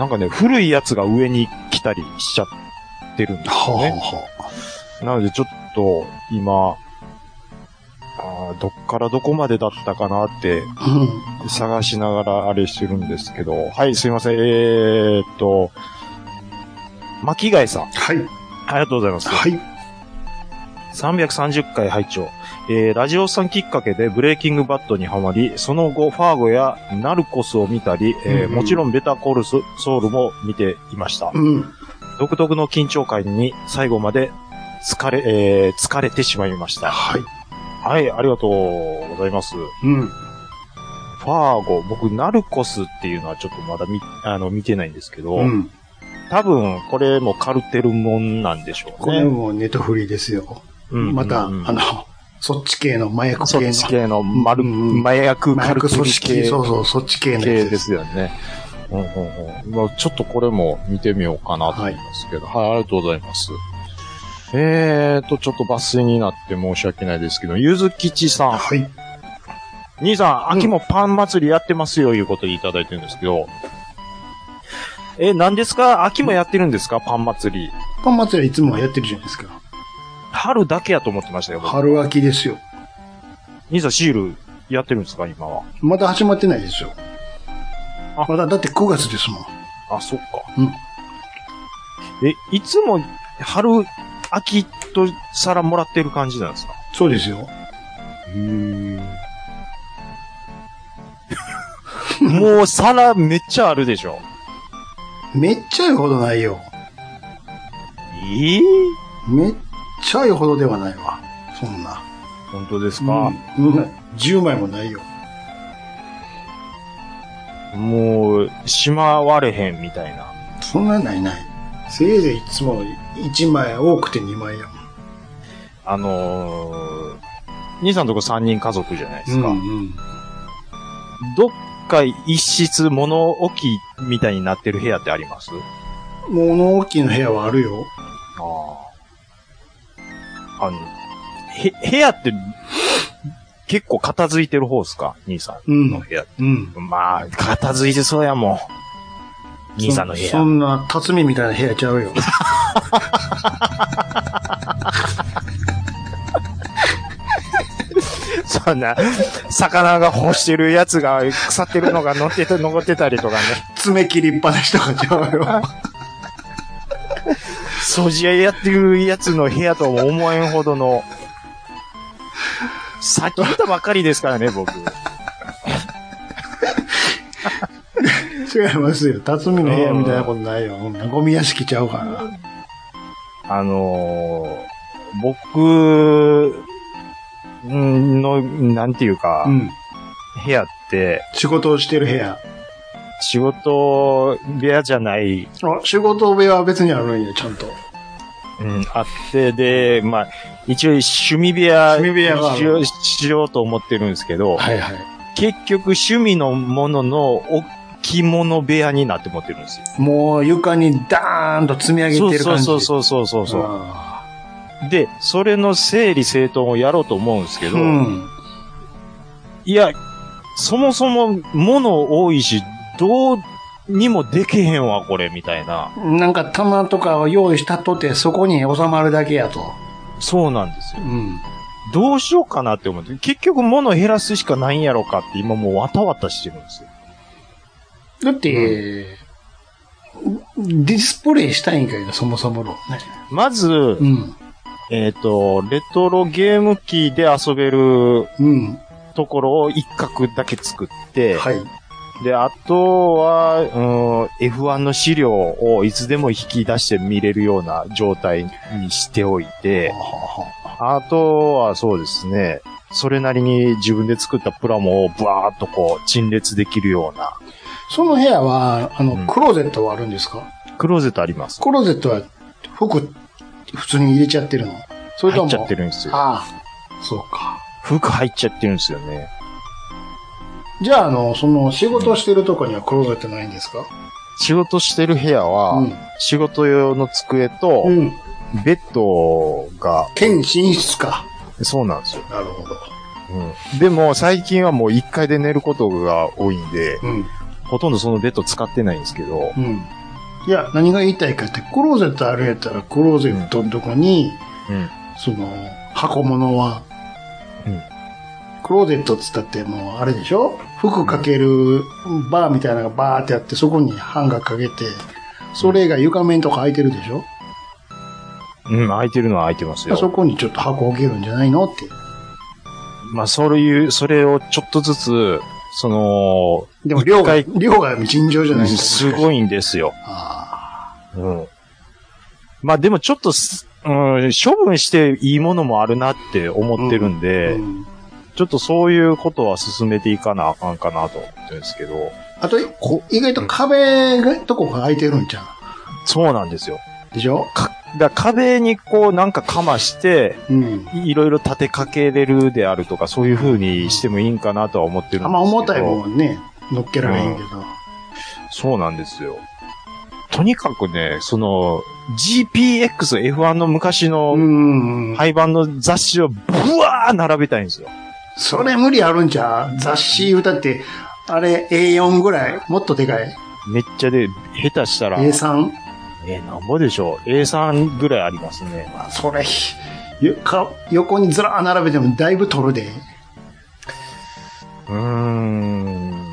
なんかね、古いやつが上に来たりしちゃってるんですよはあ、ね。はあ。なのでちょっと今、あーどっからどこまでだったかなってう探しながらあれしてるんですけど、はい、すいません、えー、っと、巻貝さん、ん。はい。ありがとうございます。はい。 330回拝聴。えー、ラジオさんきっかけでブレイキングバットにはまり、その後ファーゴやナルコスを見たり、えーうんうんもちろんベタコールソソウルも見ていました。うん。独特の緊張感に最後まで疲れ、えー疲れてしまいました。はい。はい、ありがとうございます。フうん。ァーゴ、僕ナルコスっていうのはちょっとまだ見、あの、見てないんですけど、うん。多分これもカルテルもんなんでしょうこれね。もネトフリですよ。うんまた、あうんうんの、そっち系の麻薬そ系っの。ち系の丸、うんうん麻薬麻カル薬テル組織、系そうそう、そっち系のや系つですよね。うんうんうん。まあちょっとこれも見てみようかなと思いますけど。はい、ありがとうございます。えーと、ちょっと抜粋になって申し訳ないですけど、ゆずきちさん。はい。兄さん、うん秋もパン祭りやってますよ、いうことでいただいてるんですけど。え、何ですか秋もやってるんですかパン祭り。パン祭りはいつもはやってるじゃないですか。春だけやと思ってましたよ。僕春秋ですよ。兄さん、シールやってるんですか今は。まだ始まってないですよ。あまだ、だって9月ですもん。あ、そっか。うんえ、いつも春、秋と皿もらってる感じなん ですかそうですよ。もう皿めっちゃあるでしょ。めっちゃ言うほどないよ。ええめっちゃ言うほどではないわ。そんな。本当ですか、うん。うん10枚もないよ。もう、しまわれへんみたいな。そんなないない。せいぜいいつも1枚多くて2枚やもん。あのー、兄さんとこ3人家族じゃないですか。うんどっか一室物置みたいになってる部屋ってありますうん。物置の部屋はあるよ。ああ。あの、へ、部屋って、結構片付いてる方ですか兄さうんんの部屋。うん。まあ、片付いてそうやもん。兄さんの部そ そ屋。んな、辰巳みたいな部屋ちゃうよ。そんな、魚が干してるやつが腐ってるのが乗ってた、残ってたりとかね。爪切りっぱなしとかちゃう よ。掃除屋やってるやつの部屋とも思えんほどの、さっき見たばっかりですからね、僕。違いますよ。辰巳の部屋みたいなことないよ。こんなゴミ屋敷ちゃうから。あのー僕んの、なんていうか、うん。部屋って、仕事をしてる部屋。仕事部屋じゃない、あ、仕事部屋は別にあるんや、ちゃんと。うん、あって、で、まあ、一応趣味部屋趣味部屋があるしようしようと思ってるんですけど、はいはい。結局趣味のものの置物部屋になって持ってるんですよ。もう床にダーンと積み上げてるそ感うじ。そうそうそうそうそう、あで、それの整理整頓をやろうと思うんですけーど、うん。いや、そもそも物多いし、どうにもでけへんわ、これ、みたいな。なんか棚とかを用意したとて、そこに収まるだけやと。そうなんですうよ。ん。どうしようかなって思って、結局物減らすしかないんやろかって今もうわたわたしてるんですよ。だって、ディスプレイしたいんかいな、そもそもの。まず、うん。えっ、と、レトロゲーム機で遊べるうん。ところを一角だけ作って、はい。で、あとは、うん、F1 の資料をいつでも引き出して見れるような状態にしておいて、あとはそうですね、それなりに自分で作ったプラモをブワーっとこう陳列できるようなその部屋は、あうんの、クローゼットはあるんですかクローゼットあります。クローゼットは服、普通に入れちゃってるのそれ入とも。っちゃってるんですよ。ああ、そうか。服入っちゃってるんですよね。じゃあ、あの、その、仕事してるとこにはクローゼットないんですか仕事してる部屋は、仕事用の机とう、ん。うん。ベッドが、兼寝室か。そうなんですよ。なるほど。うん、でも最近はもう1階で寝ることが多いんで、うん。ほとんどそのベッド使ってないんですけど、うん。いや、何が言いたいかって、クローゼットあるんやったら、クローゼットのとこに、うんその、箱物は、うんクローゼットっつったってもう、あれでしょ服かけるバーみたいなのがバーってあって、そこにハンガーかけて、それが床面とか空いてるでしょ、うん、空いてるのは空いてますよ。そこにちょっと箱置けるんじゃないのって。まあ、そういう、それをちょっとずつ、その、でも量が、一量が尋常じゃないですすか。ごい。いんですよ。あうん。まあ、でもちょっとす、うん、処分していいものもあるなって思ってるんあ、で、うんちょっとそういうことは進めていかなあかんかなと思ってるんですけど、あと、意外と壁が、とこが空いてるんじゃん。そうなんですよ。でしょか、だから壁にこうなんかかまして、うん。いろいろ立てかけれるであるとか、そういう風にしてもいいんかなとは思ってるんですけど。あんま重たいもんね、乗っけられへんけど。そうなんですよ。とにかくね、その、GPX、F1 の昔うのん。はい。廃盤の雑誌をブワー並べたいんですよ。それ無理あるんちゃう雑誌歌って、あれ A4 ぐらいもっとでかいめっちゃで、下手したら、え ?A3? ーなんぼでしょう。A3 ぐらいありますね。あそれ、よか横にずらー並べてもだいぶ取るで。うーん。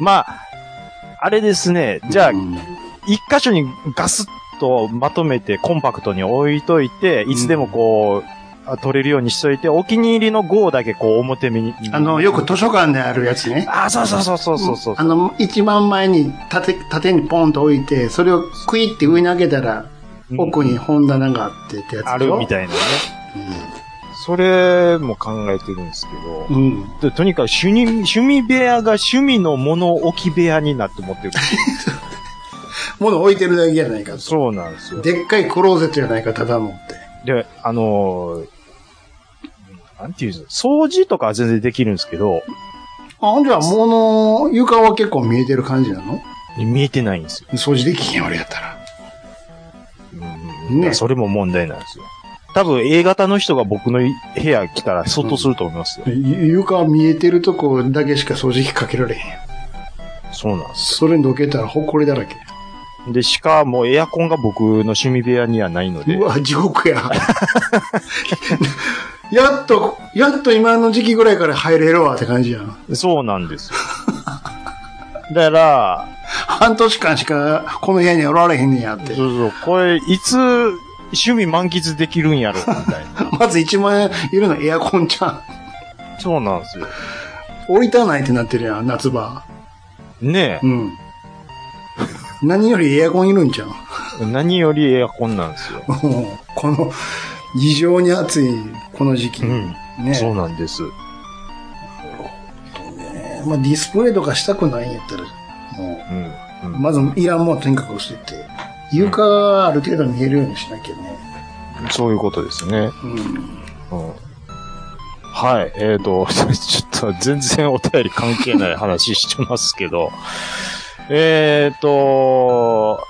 まあ、あれですね。じゃあう、ん一箇所にガスッとまとめてコンパクトに置いといて、いつでもこう、あ取れるようにしといて、お気に入りの号だけこう表目に。あの、よく図書館であるやつね。あ、そうそうそうそうそうそう。あの、一番前に縦、縦にポンと置いて、それをクイって上に上げたら、奥に本棚があってってやつでしょあるみたいなね。それも考えてるんですけど、うん。でとにかく趣味趣味部屋が趣味の物置部屋になって持ってる。物置いてるだけじゃないかと。 そうなんですよ。で、でっかいクローゼットじゃないか、ただのって。あのーなんていうんですか、掃除とかは全然できるんですけど、あ、ほんじゃ、物、床は結構見えてる感じなの見えてないんですよ。掃除できへん俺やったら。うんねそれも問題なんですよ。多分 A 型の人が僕の部屋来たら相当すると思いますよ。ゆ床見えてるとこだけしか掃除機かけられへん。そうなんですそれにどけたらほこりだらけ。よ。で、しかもエアコンが僕の趣味部屋にはないのでう、わ、地獄や。 やっと、やっと今の時期ぐらいから入れるわって感じやん。そうなん ですよ。だから、半年間しかこの部屋におられへんねんやって。そうそう、これ、いつ、趣味満喫できるんやろ、みたいな。まず1万円いるのエアコンちゃん。そうなんですよ。降りたないってなってるやん、夏場。ねうん。何よりエアコンいるんじゃん。何よりエアコンなんですよ。もう この、異常に暑い、この時期。うんね。そうなんです。まあ、ディスプレイとかしたくないんやったら、もうん。うう、んまずいらんもんとにかく捨てて、床がある程度見えるようにしなきゃね。そういうことですね。うん。うん。はい。えっ、と、 ちょっと全然お便り関係ない話してますけど、えっと、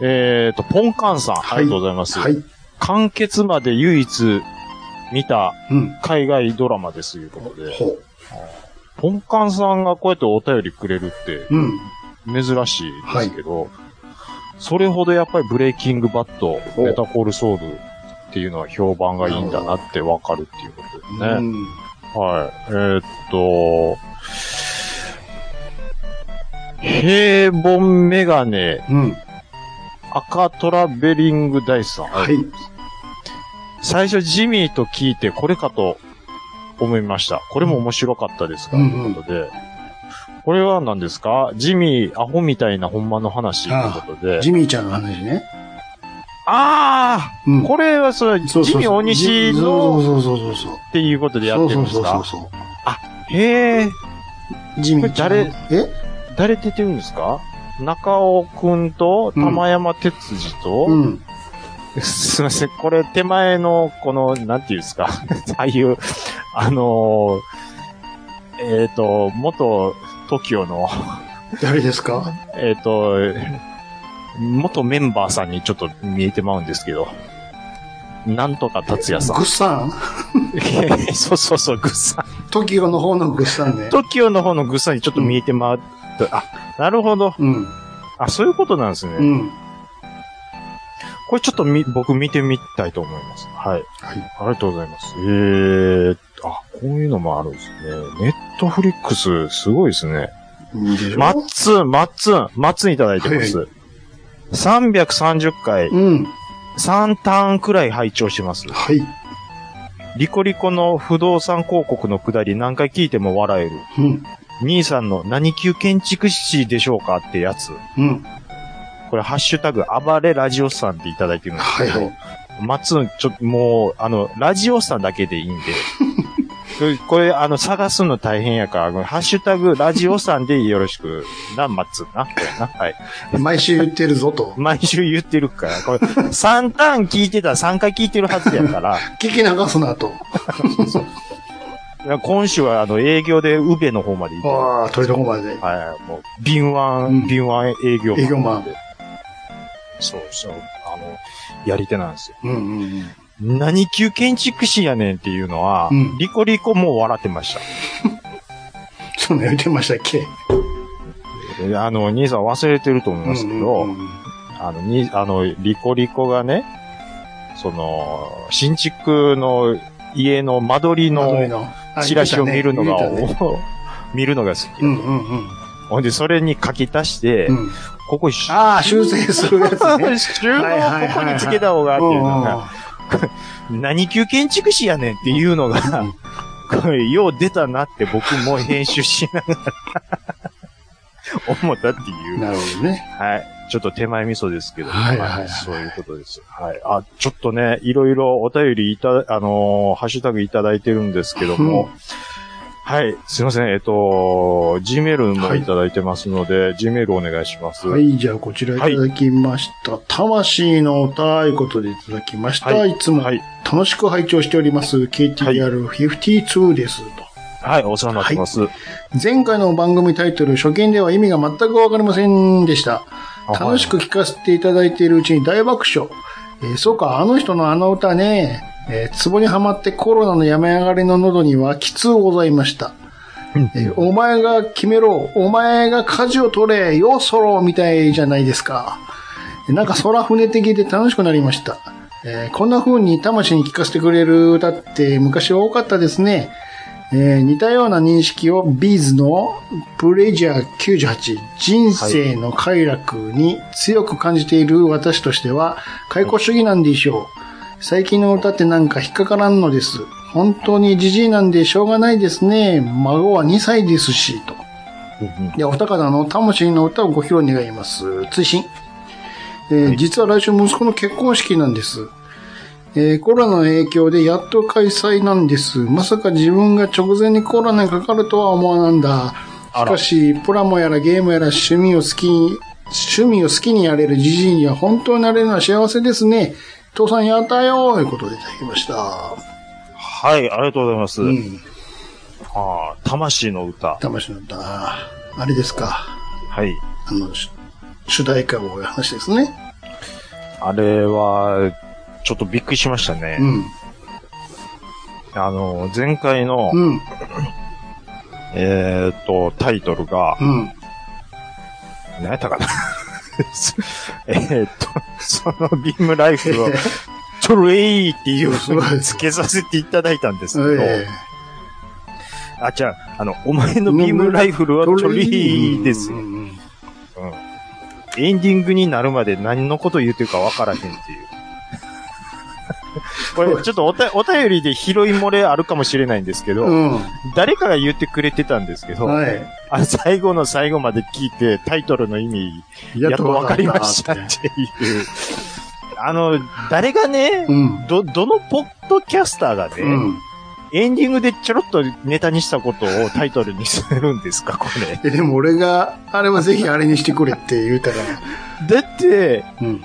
えっ、と、ポンカンさん、はいありがとうございます。はい。完結まで唯一見たうん。海外ドラマですということで、ほう。ポンカンさんがこうやってお便りくれるってうん。珍しいですけど、それほどやっぱりブレイキングバット、おメタコールソウルっていうのは評判がいいんだなってわかるっていうことですね。うん。はい。えーっと、平凡メガネ、うん。赤トラベリングダイスさん。はい。最初ジミーと聞いてこれかと思いました。これも面白かったですから、うんということで。これは何ですかジミー、アホみたいなほんまの話ということで。ジミーちゃんの話ね。あうあん。これはそれ、そうそうジそうミー大西そうのそうそうそうそう。っていうことでやそっうてるそんうですそうそうかそへえ、う。ジミーちゃん。これえ誰出てるんですか中尾くんと、玉山哲司と、うん。すいません、これ手前の、この、なんていうんですか、 ああいう、あのーえっ、と、元 TOKIO の、誰ですかえっ、と、元メンバーさんにちょっと見えてまうんですけど、なんとか達也さグッサん。ン そうそうそう、グッサン。 ?TOKIO の方のグッサ ンね。 TOKIO の方のグッサンにちょっと見えてまう。あ、なるほど。うん。あ、そういうことなんですね。うん。これちょっとみ、僕見てみたいと思います。はい。はい。ありがとうございます。ええあ、こういうのもあるんですね。ネットフリックス、すごいですね。いいでしょマッツン、マッツン、マッツンいただいてます。330回、うん。 3ターンくらい拝聴してます。はい。リコリコの不動産広告のくだり何回聞いても笑える。うん。兄さんの何級建築士でしょうかってやつ。うん。これ、ハッシュタグ、暴れラジオさんっていただいてるんですけど、はいマツン、ちょっともう、あの、ラジオさんだけでいいん で、これこれ、あの、探すの大変やから、ハッシュタグ、ラジオさんでよろしく、な、マツンな、これな、はい。毎週言ってるぞと。毎週言ってるから、これ、3ターン聞いてたら3回聞いてるはずやから、聞き流すなと。いや今週は、あの、営業で、宇部の方まで行ってるああ、鳥の方まで。はい、もう、敏腕、うん敏腕営業マン。営業マンそうそう、あの、やり手なんですよ。うんうんうん。何級建築士やねんっていうのは、うんリコリコもう笑ってました。そんな言ってましたっけえあの、兄さん忘れてると思いますけど、うんうんうんあの、に、あの、リコリコがね、その、新築の家の間取り窓辺のの、あチラシを見るのが、言ってたね 見るのが好き。うんうんうんほんで、それに書き足して、うん。ここ、しああ、修正 するやつね。収納をここにつけた方がっていうのが、何級建築士やねんっていうのが、これ、よう出たなって僕も編集しながら思ったってういんう。なるほどね。はい。ちょっと手前味噌ですけど、はいはいはいそういうことです。はい。あ、ちょっとね、いろいろお便りいた、あのーハッシュタグいただいてるんですけども、うんはい。すいません。えっと、Gmail もいただいてますので、Gmail お願いします。はい、じゃあこちらいただきました。魂の歌、いうことでいただきました。、はいつもはい。楽しく拝聴しております。KTR52 です。とはい。お世話になってます。前回の番組タイトル、初見では意味が全くわかりませんでした。はい楽しく聞かせていただいているうちに大爆笑。えーそうか、あの人のあの歌ね、えー、ツボにはまってコロナの病み上がりの喉にはきつうございました。えーお前が決めろ、お前が舵を取れ、よそろみたいじゃないですか。なんか空船的で楽しくなりました。えーこんな風に魂に聞かせてくれる歌って昔は多かったですね。えー似たような認識をビーズのプレジャー98人生の快楽に強く感じている私としては解雇主義なんでしょう。最近の歌ってなんか引っかからんのです。本当にじじいなんでしょうがないですね。孫は2歳ですし、と。で、お高菜の魂の歌をご披露願います。追伸。えー実は来週息子の結婚式なんです。えーコロナの影響でやっと開催なんです。まさか自分が直前にコロナにかかるとは思わなんだ。しかし、プラモやらゲームやら趣味を好きに、趣味を好きにやれるじじいには本当になれるのは幸せですね。父さんやったよということでいただきました。はい、ありがとうございます。うん。はあ、魂の歌。魂の歌。あれですか。はい。あの、し主題歌の話ですね。あれは、ちょっとびっくりしましたねう。ん。あの、前回の、うん。えーっと、タイトルが、うん。何やったかな えーっと、そのビームライフルを、トレイっていう風に付けさせていただいたんですけど、えあ、じゃあ、あの、お前のビームライフルえはトレイですう。んうんエンディングになるまで何のこと言うてるかわからへ んっていう。これ、ちょっとおたお便りで拾い漏れあるかもしれないんですけど、うん。誰かが言ってくれてたんですけど、はい。あ最後の最後まで聞いて、タイトルの意味、やっとわかりましたっていう。あの、誰がね、うん。ど、どのポッドキャスターがね、うん。エンディングでちょろっとネタにしたことをタイトルにするんですか、これ。え、でも俺が、あれはぜひあれにしてくれって言うたら、だって、うん。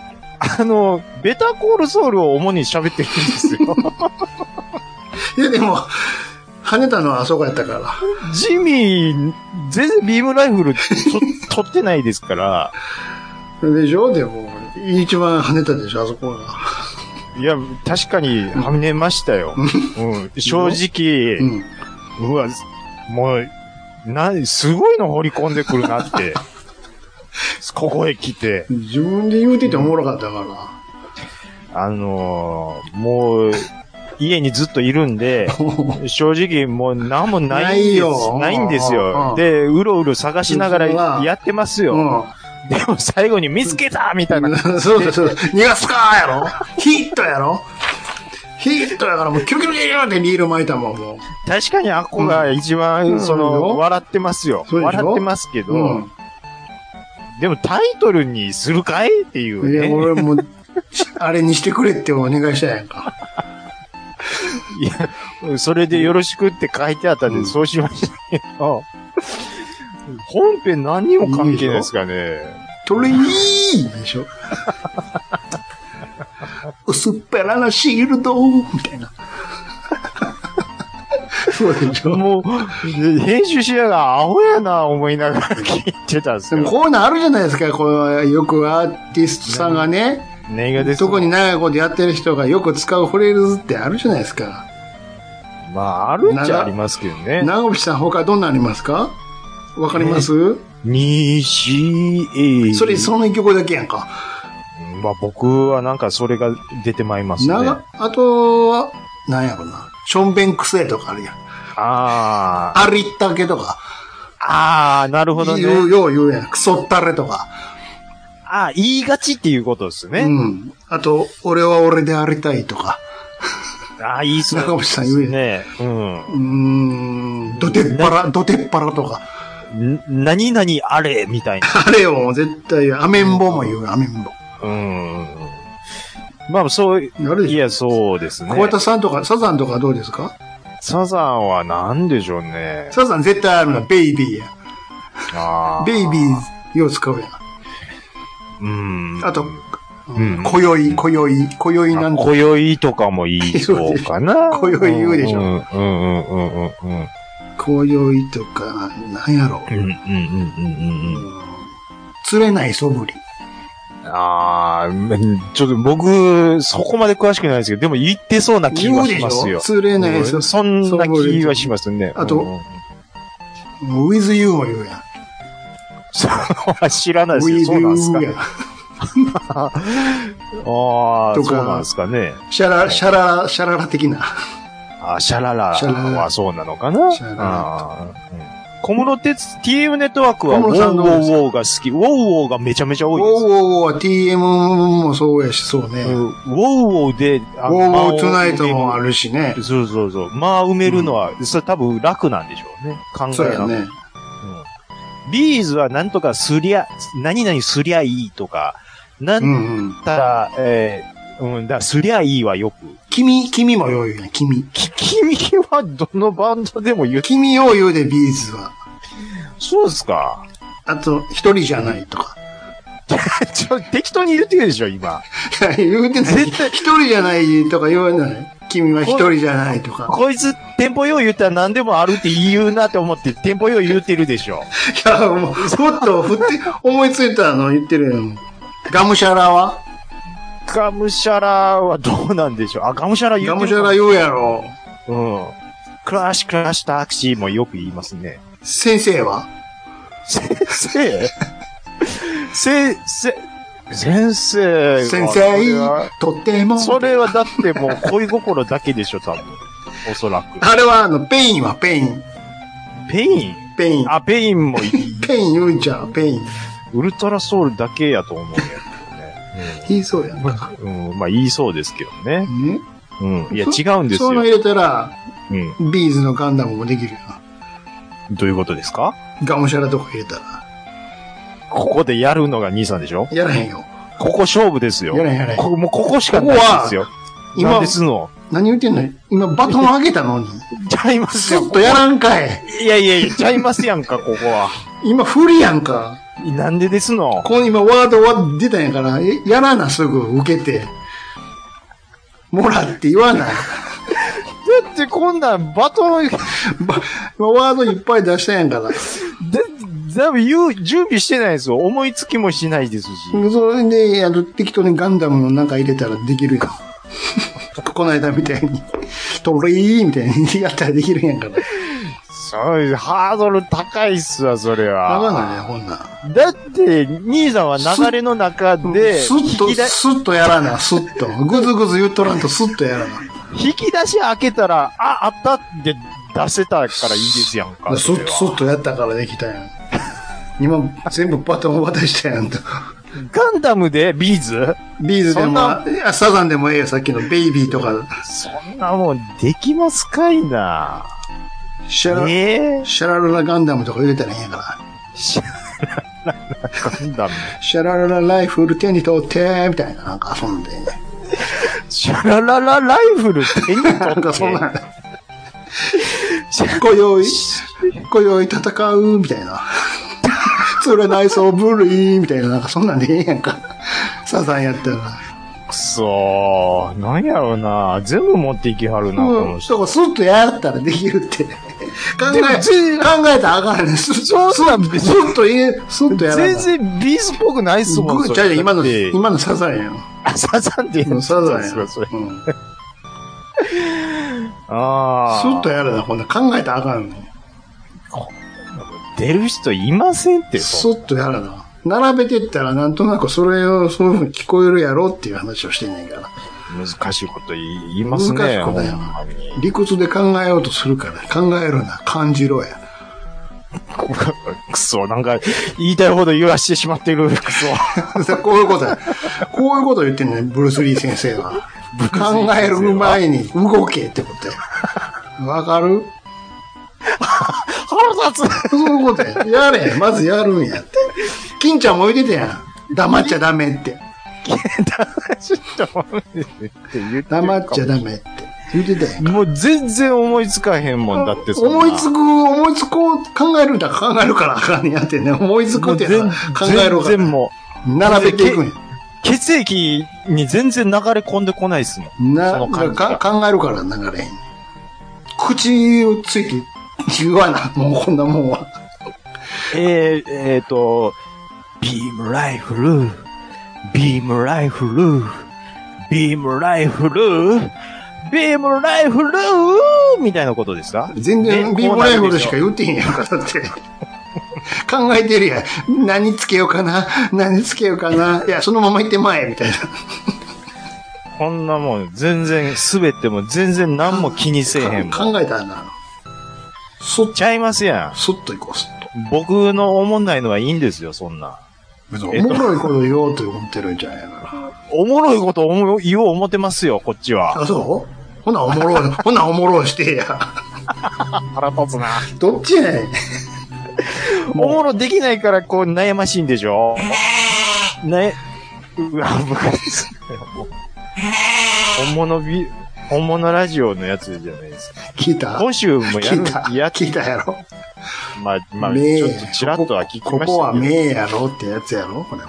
あの、ベターコールソウルを主に喋ってるんですよ。 いやでも、跳ねたのはあそこやったから。ジミー、全然ビームライフルと、取ってないですから、でしょでも、一番跳ねたでしょあそこが。いや、確かに、はみ出ましたよ。うん、正直、うん。うわ、もう、な、すごいの掘り込んでくるな って。ここへ来て、自分で言うてておもろかったかあのーもう、家にずっといるん で、正直もう何もないんですないよないんですうんよ。で、うろうろ探しながらやってますよ。ら。でも最後に見つけたみたいな。うん。 そうだそうだ。逃がすかーやろヒットやろヒットやからもうキュキュキュキュってリール巻いたもん、もう。確かにあっこが一番、うんその、うん笑ってますよ。そうでしょ笑ってますけど、うん。でもタイトルにするかいっていういや、ね。俺も、あれにしてくれってお願いしたやんか。いや、それでよろしくって書いてあったんで、うんそうしましたけど、本編何にも関係ないですかね。トレイでしょ。薄っぺらなシールドみたいな。そうでしょ。もう、編集者がアホやな思いながら聞いてたんですでもよ。こういうのあるじゃないですか。こうよくアーティストさんがね、映画です。特に長いことやってる人がよく使うフレーズってあるじゃないですか。まあ、あるっちゃありますけどね。長渕さん他どんなんありますかわかります、西へ。それ、その一曲だけやんか。まあ、僕はなんかそれが出てまいりますね。長、あとは、なんやろな。ションベンクセとかあるやん。ああ。ありったけとか、ああ、なるほどね。言うよう言うやん。クソったれとか。ああ、言いがちっていうことですね。うん。あと、俺は俺でありたいとか。ああ、言いそうですね。中渕さん言えね。うんうーん。どてっぱら、どてっぱらとか。ん。何々あれ、みたいな。あれよ、絶対言う、アメンボも言うよ、アメンボ。うん。まあ、そう、いなるでしょ。や、そうですね。小畑さんとか、サザンとかどうですかサザンは何でしょうね。サザン絶対あるのはベイビーや。ああベイビーよう使うやん。うん。あと、ん今宵、今宵、今宵なんあか。今宵とかもいいそうかな。 今宵言うでしょうんうんうんうんうん今宵とか、なんやろうん。う。んうんうんうんうん。釣れない素振り。ああ、ちょっと僕、そこまで詳しくないですけど、でも言ってそうな気はします言うでしょよ。釣れない素うんそんな気はしますね。あとうんうんうんもう with you も言うやん。それ は知らないですよ。 with そうなんですか you やんね。。ああ、とそかうなんですかね。シャラ、シャラ、シャララ的な。あーシャララシャララはそうなのかなシャララあーうん小室哲、TM ネットワークは、ウ小ォ室ーさんウどォうでーすウォーが好き。ウォーウォーがめちゃめちゃウォ多ーいです。ウォーは TM もそうやし、そうね。うウォーんウォーウォーで、ウォウォートゥナイトもあるしね。そうそうそう。まあ埋めるのは、それ多分楽なんでしょうね。考そうえやなくてね。ビーズはなんとかすりゃ、何々すりゃいいとか、なうんんうん。たら、えーうん、だからすりゃいいはよく。君、君もよう言うね、君。き君はどのバンドでも言う。君よう言うで、ビーズは。そうですか。あと、一人じゃないとか。 ちょ、適当に言ってるでしょ、今。言うてない。絶対一人じゃないとか言わない。君は一人じゃないとか。こいつ、テンポよう言ったら何でもあるって言うなって思って、テンポよう言ってるでしょ。 いや、もう、もっと振って、思いついたの言ってるよ。ガムシャラはガムシャラはどうなんでしょう。あ、ガムシャラ言ガうてムるシャかラ言うやろ。うん。クラッシュクラッシュタクシーもよく言いますね。先生は先生先生先生は先それ生は、とっても。それはだってもう恋心だけでしょ、多分。おそらく。あれは、あの、ペインはペイン。ペインペイン。あ、ペインもいい。ペイン言うんちゃうペイン。ウルトラソウルだけやと思うんや言いそうやんけどか。ね。うん、うんまあ言いそうですけどね。ねうん。いや、そ違うんですそういうのよ。入れたら、うん。ビーズのガンダムもできるよな。どういうことですかガムシャラとか入れたら。ここでやるのが兄さんでしょやらへんよ。ここ勝負ですよ。やらへんやらへんここもうここしかないんですよ。今今ですの。何言ってんの今バトン上げたのに。ちゃいますスよ。ッとやらんかい。いやいやいや、ちゃいますやん か、ここは。今不利やんか。なんでですのこの今ワードは出たんやから、えやらなすぐ受けて。もらって言わない。 だってこんなんバトン、で、ば今ワードいっぱい出したんやから。だいぶ言う、準備してないですよ。思いつきもしないですし。それで、あの、適当にガンダムの中入れたらできるやん。 こないだみたいに、トレイみたいにやったらできるんやから。そういう、ハードル高いっすわ、それわかんは。ないね、ほんなん。だって、兄さんは流れの中で、スッと、引き出し、スッとやらな、スッと。ぐずぐず言っとらんとスッとやらな。引き出し開けたら、あ、あったって出せたからいいですやんか。スそれッと、スはッとやったからできたやん。今、全部バトンを渡したや んと。ガンダムでビーズビーズでそんも、なあサザンでもええよ、さっきのベイビーとか。そんなもん、できますかいな。シャラ、ええシャラララガンダムとか入れたらええんやから。シャラララガンダム。シャラララライフル手に取って、みたいな、なんか遊んで。シャラララライフル手に取って。なんか そんな。今宵、今宵戦う、みたいな。それ内装部類、みたいな、なんかそんなんでええやんか。サザンやったら。くそー。なんやろうな。全部持っていきはるな、こうのん。人。そこスッとやったらできるって。考え、考えたらあかんねん。スッ スそうなんッですスッと言え、スッとやらない。全然ビーズっぽくないっすもグん。ー、ちゃうちゃう今の、で今のサザンやん。 サザンでうんサザンやん。そうそうそううんあスー。ッとやるな、こんな考えたらあかんねん。出る人いませんって。スッとやるな。並べてったらなんとなくそれをそういう風に聞こえるやろっていう話をしてんねんから。難しいこと言い言いますね。難しいことやほんまに理屈で考えようとするから、考えるな、感じろや。 くそ、なんか、言いたいほど言わしてしまってる。くそ。こういうことや。こういうことを言ってんねん、ブルース・リー先生は。考える前に動けってことや。わかる腹立つそういうことや。やれ、まずやるんやって。金ちゃんも言ってたやん。黙っちゃダメって。黙っちゃダメって。言ってたやん。もう全然思いつかへんもんだってそんな思いつく、思いつこう、考えるんだ考えるからあかんねやってね。思いつくもっうて全やな考えるか全然ら。も並べていくんや。う、血液に全然流れ込んでこないっすもん。な、その感じかが考えるから流れへん。口をついて言わな、もうこんなもんは。えー、えーと、ビームライフル、ビームライフル、ビームライフル、ビームライフルみたいなことですか全然ねビームライフルしこか言ってへんやんか、 だって。考えてるやん。何つけようかな何つけようかないや、そのまま行ってまえみたいな。こんなもん、全然、すべても全然何も気にせえへんもん。考えたらな。そっちゃいますやそっと行こう、そっと。ん。僕の思んないのはいいんですよ、そんな。別えにっおともろいこと言おうと思ってるんじゃないかおもろいこと思う言おう思ってますよ、こっちな。は。あ、そうほなお もろい、ほなおもろいしてや。腹立つな。どっちやねん。おもろできないから、こう、悩ましいんでしょね、うわ、むかつくよもう本物ビ、本物ラジオのやつじゃないですか。聞いた今週もや聞るいた、や聞いたやろ。まあ、まあ、名ちやょっとちらっとは聞きましたけどここは名やろってやつやろこれは。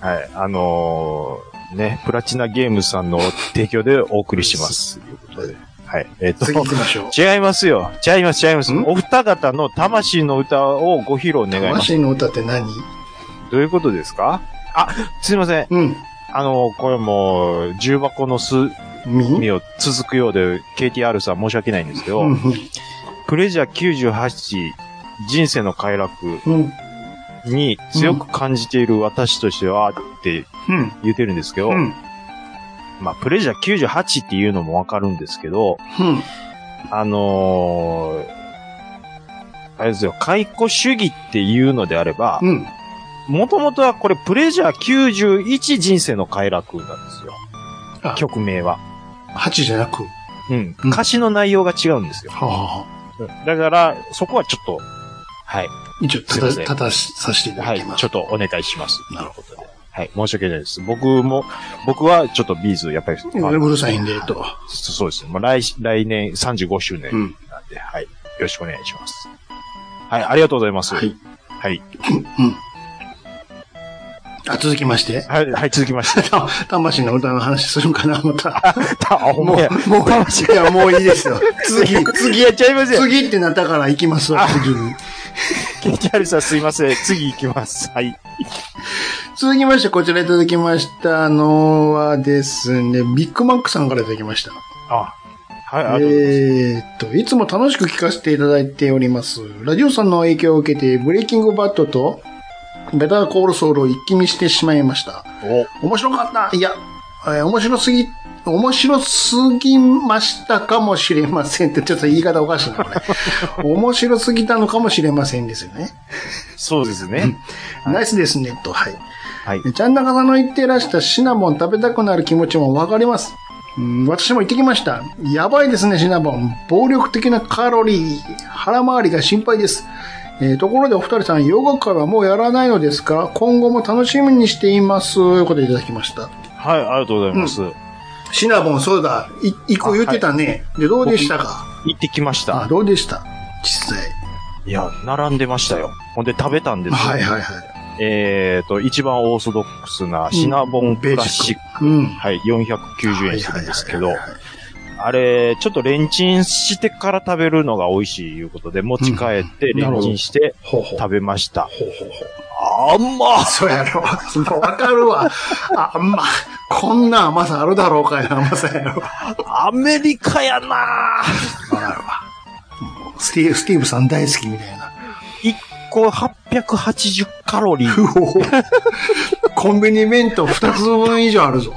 はい、あのーね、プラチナゲームさんの提供でお送りします。ということで。はい、えっ、次行きまし ょう。と、違いますよ。違います、違います。んお二方の魂の歌をご披露願います。魂の歌って何どういうことですかあ、すいません。うん。あの、これもう、重箱のす、みみを続くようで、KTR さん申し訳ないんですけど、うん。プレジャー98、人生の快楽うん。に強く感じている私としては、ってうん。言ってるんですけど、うん。まあ、プレジャー98っていうのもわかるんですけど、うん。あのーあれですよ、解雇主義っていうのであれば、うん。もともとはこれプレジャー91人生の快楽なんですよあ。曲名は。八じゃなく。はうん。うん歌詞の内容が違うんですよ。あはあ。だから、そこはちょっと、はい。一応、すいたまた、せんたたしさせていたはだきい。ます。ちょっとお願いします。なるほど。はい。申し訳ないです。僕も、僕はちょっとビーズ、やっぱり、まあうるさいんで、と。そそうですね。まあ、来、来年35周年うん。なんで、はい。よろしくお願いします。はい。ありがとうございます。ははいい。はい。あ、続きまして。 はい、続きまして。た魂の歌の話するんかな、また。あ、 ほんもまや。う、もう、いや、もういいですよ。 次、 次やっちゃいますよ。次ってなったから行きますわ、次に。ケンチャルさんすいません。次行きます。はい。続きまして、こちらいただきましたのはですね、ビッグマックさんからいただきました。あ、はい、ありがとうございます。えーっと、いつも楽しく聞かせていただいております。ラジオさんの影響を受けて、ブレイキングバットと、ベターコールソウルを一気見してしまいました。お、面白かったいや、えー面白すぎ、面白すぎましたかもしれませんって、ちょっと言い方おかしいな、これ。面白すぎたのかもしれませんですよね。そうですね。ナイスですね、と、はい。はい。ちゃん中さんの言ってらしたシナボン食べたくなる気持ちもわかります。うん、私も行ってきました。やばいですね、シナボン。暴力的なカロリー。腹回りが心配です。えーところでお二人さん、ヨガ会はもうやらないのですか今後も楽しみにしています。ということでいただきました。はい、ありがとうございます。シナボン、そうだ。い行く言ってたね。で、どうでしたか行ってきましあ、た。どうでした実際。いや、並んでましたよ。ほんで食べたんですよ。はいはいはい。えっと、一番オーソドックスなシナボンクラシック。うん。はい、490円するんですけどはいはい、はいはいあれ、ちょっとレンチンしてから食べるのが美味しいいうことで、持ち帰ってうんレンチンしてほうほう。食べました。ほうほうほう。あんまそうやろ。もうわかるわ。あ、まあ、こんな甘さあるだろうかいな甘さやろ。わアメリカやなかるわ。もうスティーブ、スティーブさん大好きみたいな。 1個880カロリー。コンビニ弁当2つ分以上あるぞ。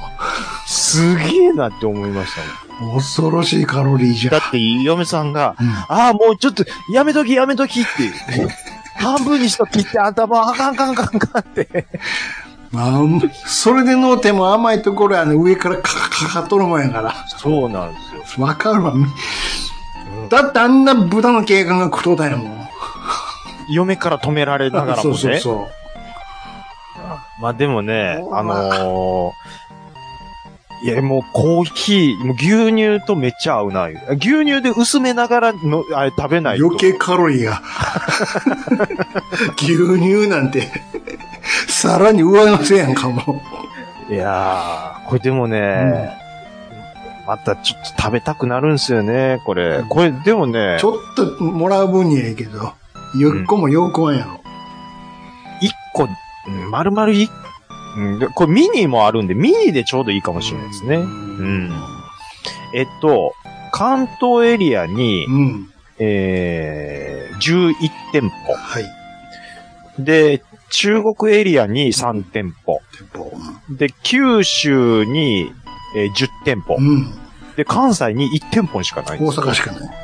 すげえなって思いましたもん恐ろしいカロリーじゃだん。って、嫁さんが、うんああ、もうちょっと、やめとき、やめときって、もう半分にしときって、頭、あかんかんかんかんって。あんそれでのうても甘いところはね、上からかかかっとるもんやから。そうなんですよ。わかるわ。だってあんな豚の警官が食うとったんやもん。嫁から止められながらもね。そうそうそう。まあでもね、うわあのー、いや、もうコーヒー、もう牛乳とめっちゃ合うな。牛乳で薄めながらの、あれ食べないと。余計カロリーが。牛乳なんて、さらに上乗せやんかも。いやー、これでもね、またちょっと食べたくなるんすよね、これ。これ、でもねち、ょっともらう分にはいいけど、よっこもよくはんやろ。一個、うん丸々一、うんでこれミニもあるんで、ミニでちょうどいいかもしれないですね。うん。えっと、関東エリアにう、ん。えー、11店舗。はい。で、中国エリアに3店舗。店舗。で、九州に、えー10店舗う。ん。で、関西に1店舗しかないん大ですよ阪しかない。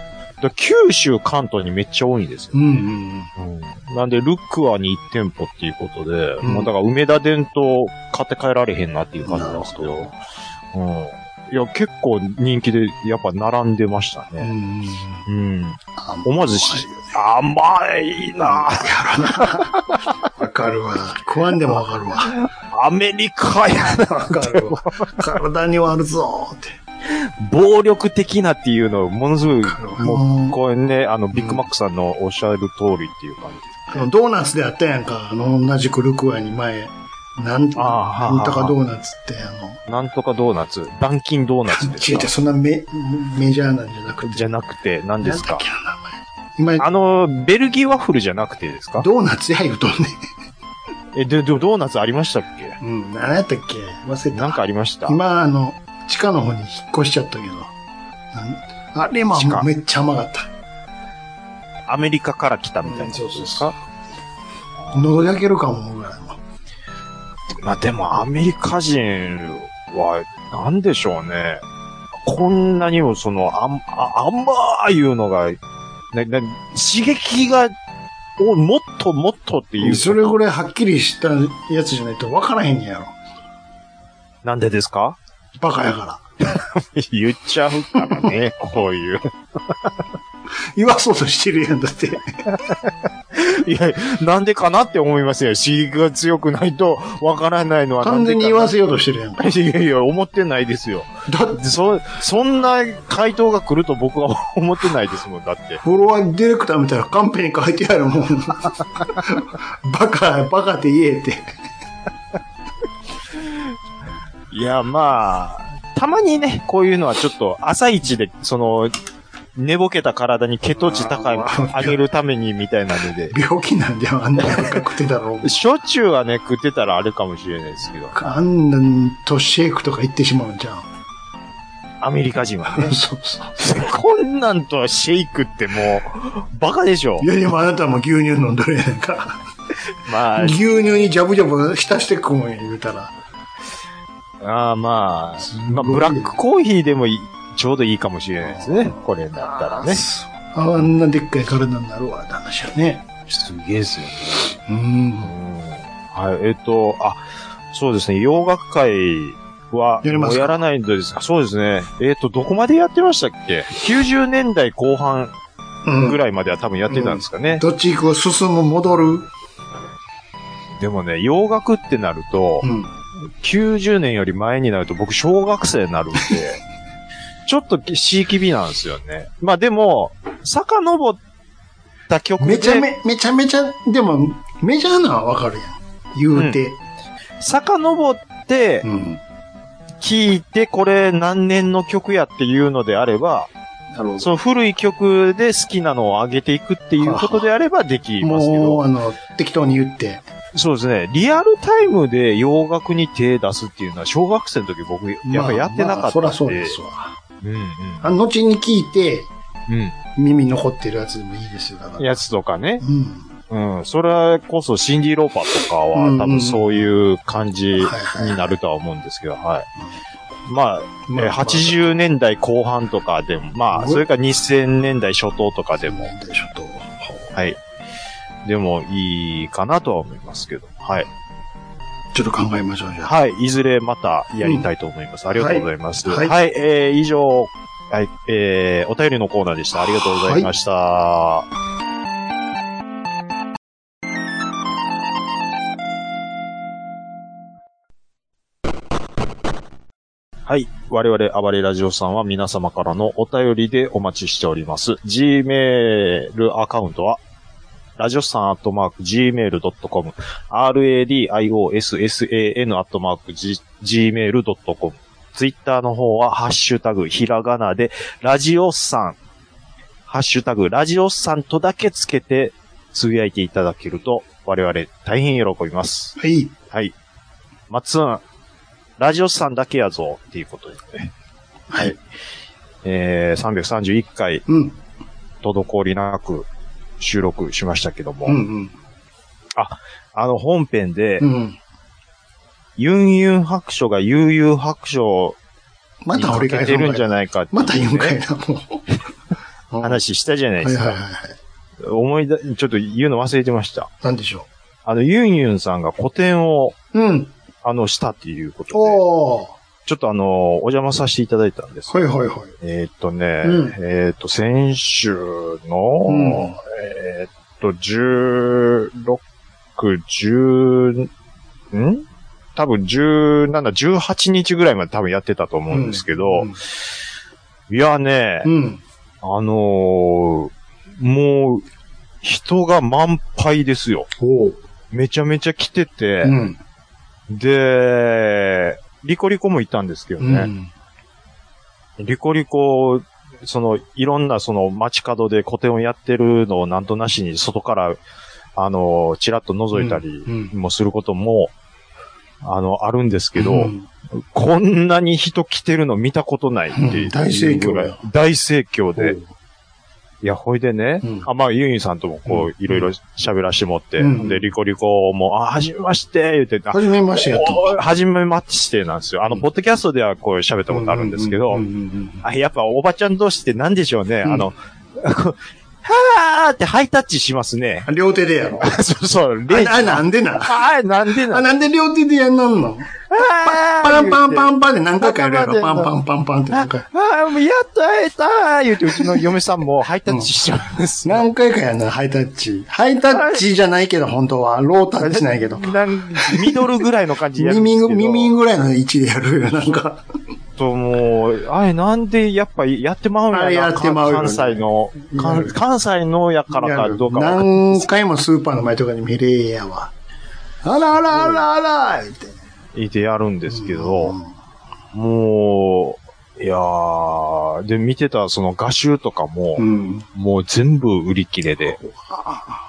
で九州、関東にめっちゃ多いんですよう。んうんなんで、ルックアに1店舗っていうことで、んもうだから梅田伝と買って帰られへんなっていう感じなんですけど、なるうん。いや、結構人気で、やっぱ並んでましたうね。ん。うん。思わずし、甘いなぁわかるわ。食わんでもわかるわ。アメリカやなわかるわ。体に悪ぞーって。暴力的なっていうのを、ものすごい、もうんう、これね、あの、ビッグマックさんのおっしゃる通りっていう感あのドーナツであったやんか。あの、同じくルクアに前。なん、あーなんとかドーナツって、あの、じ。なんとかドーナツ、ダンキンドーナツです違うか違う、そんなメメジャーなんじゃなくて。じゃなくて、何でなすんだっかけな、名前。あの、ベルギーワッフルじゃなくてですか今、ドーナツや言うとんね。え、で、でドーナツありましたっけうん、何やったっけ忘れた。なんかありました今、あの、地下の方に引っ越しちゃったけど。なんあれも地下めっちゃ甘かった。アメリカから来たみたいなことですか喉焼けるかも思うぐらいの。まあでもアメリカ人は、なんでしょうね。こんなにもその、あん、あ、あんまーいうのが、ね、ね、刺激が、をもっともっとっていう。それぐらいはっきりしたやつじゃないと分からへんねやろ。なんでですか バカやから。言っちゃうから ね、こういう。言わそうとしてるやん、だって。いや、なんでかなって思いますよ。刺激が強くないとわからないのはなん完で全かにな言わせようとしてるやん か。いやいや、思ってないですよ。だって、そ、そんな回答が来ると僕は 思ってないですもん、だって。フォロワーディレクターみたいなカンペに書いてあるもん。 バカ、バカって言えって。いや、まあ、たまにね、こういうのはちょっと朝一で、その、寝ぼけた体に血糖値高いあー上げるためにみたいなので、病気なんだよ、あんな若く てだろう。しょっちゅうはね、食ってたらあれかもしれないですけど、あんなんとシェイクとか言ってしまうんじゃん。。アメリカ人は ねそうそう。こんなんとシェイクってもう、バカでしょい。やでもあなたも牛乳飲んどるやんか。まあ牛、乳にジャブジャブ浸してくもんや言うたら。あーますあ、ごいまあ、ブラックコーヒーでもいいちょうどいいかもしれないですね。これだったらね。そうあんなでっかい体になるわって話やね。すげえですよね。うん。はい、えっ、と、あ、そうですね、洋楽会は、やりもますかうやらないんですかそうですね。えっ、と、どこまでやってましたっけ ?90 年代後半うんぐらいまでは多分やってたんですかね。どっち行く進む戻るでもね、洋楽ってなると、うん。 90年より前になると僕小学生にな るんで、ちょっとしいきびなんですよね。まあでも、遡った曲めちゃで、め、めちゃめちゃ、でも、メジャーなのはわかるやん。言うて。遡ってうん。聴いてこれ何年の曲やっていうのであれば、なるほその古い曲で好きなのを上げていくっていうことであればできますけもど、う、あの、適当に言って。そうですね、リアルタイムで洋楽に手出すっていうのは小学生の時僕、やっぱやってなかったんで。まあそらそうですわ。うんうん。あの、後に聞いて、う耳に残ってるやつでもいいですよ、だかん。ら。やつとかね。うん。うん。それこそシンディ・ローパーとかはうんうん多分そういう感じいにはいなるとは思うんですけど、はい。まあ、まあえー80年代後半とかでも、まあ、それから2000年代初頭とかでも、なんでしょと。はい。でもいいかなとは思いますけど、はい。ちょっと考えましょう、じゃあ。はい、いずれまたやりたいと思います。ありがとうございます。ははいい、えー、以上、はい、えー、お便りのコーナーでした。ありがとうございました。はい。我々、暴れラジオさんは皆様からのお便りでお待ちしております。Gmail アカウントは、ラジオさんアットマーク gmail.com、radiossan アットマーク gmail.com。ツイッターの方は、ハッシュタグ、ひらがなで、ラジオさん、ハッシュタグ、ラジオさんとだけつけて、つぶやいていただけると、我々大変喜びます。はい。はい。まっつん、ラジオさんだけやぞ、っていうことですね。はい。えー、331回、うん。滞りなく収録しましたけども、うんうん。あの本編で、うん。ユンユン白書が悠々白書まにたか俺けがてるんじゃないかっていうまねた4回だ、もう。うん 話したじゃないはでいすはいはいか。はい。思い出、ちょっと言うの忘れてました。なんでしょあの、ユンユンさんが個展を、う。うん。あの、したっていうことで。おー。ちょっとあのー、お邪魔させていただいたんですけはいど。はいはい。えーっとね、うんえーっと、先週の、うんえーっと、16、10、ん多分17、18日ぐらいまで多分やってたと思うんですけど、うんいやね、うん。あのーもう、人が満杯ですよ。おう。めちゃめちゃ来てて、うん。で、リコリコもいたんですけどうね、ん。リコリコ、その、いろんなその街角で個展をやってるのをなんとなしに外から、あの、ちらっと覗いたりうんもすることも、あの、あるんですけど、うんこんなに人来てるの見たことないっていううん大盛況だよ大盛況で。おういや、ほいでね、うんあ、まあ、ユンユンさんともこう、いろいろ喋らしてもって、うんで、リコリコも、あ、はじめまして、言って、あ、初めましてやったの。はじめましてなんですよ。あの、うんポッドキャストではこう喋ったことあるんですけど、うんうんうんあ、やっぱおばちゃん同士って何でしょうね、うんあの、 はーってハイタッチしますね。 うん両手でやろ。そうそう、あレイあ、なんでな。あーなんであ、なのなんで両手でやんなんのあパンパンパンンパンで何回かやるやろ。パパンンパパンパンパンって何回。あーもうやっと会えたー言うて、うちの嫁さんもハイタッチしちゃうんですよ。何回かやんな、ハイタッチ。ハイタッチじゃないけど、本当は。ロータッチないけど。なんミドルぐらいの感じでやるんで耳すぐ、けど。耳ぐらいの位置でやるよ、なんか。と、もう、あれ、なんで、やっぱ、やってまうんやあな。れやってまうよ関ね西の、や関る関西のやからかどうかわかんない何回もスーパーの前とかに見れやわ。あらあらあらあらって。いてやるんですけうどん、もう、いやー、で、見てた、その画集とかも、うん。もう全部売り切れで、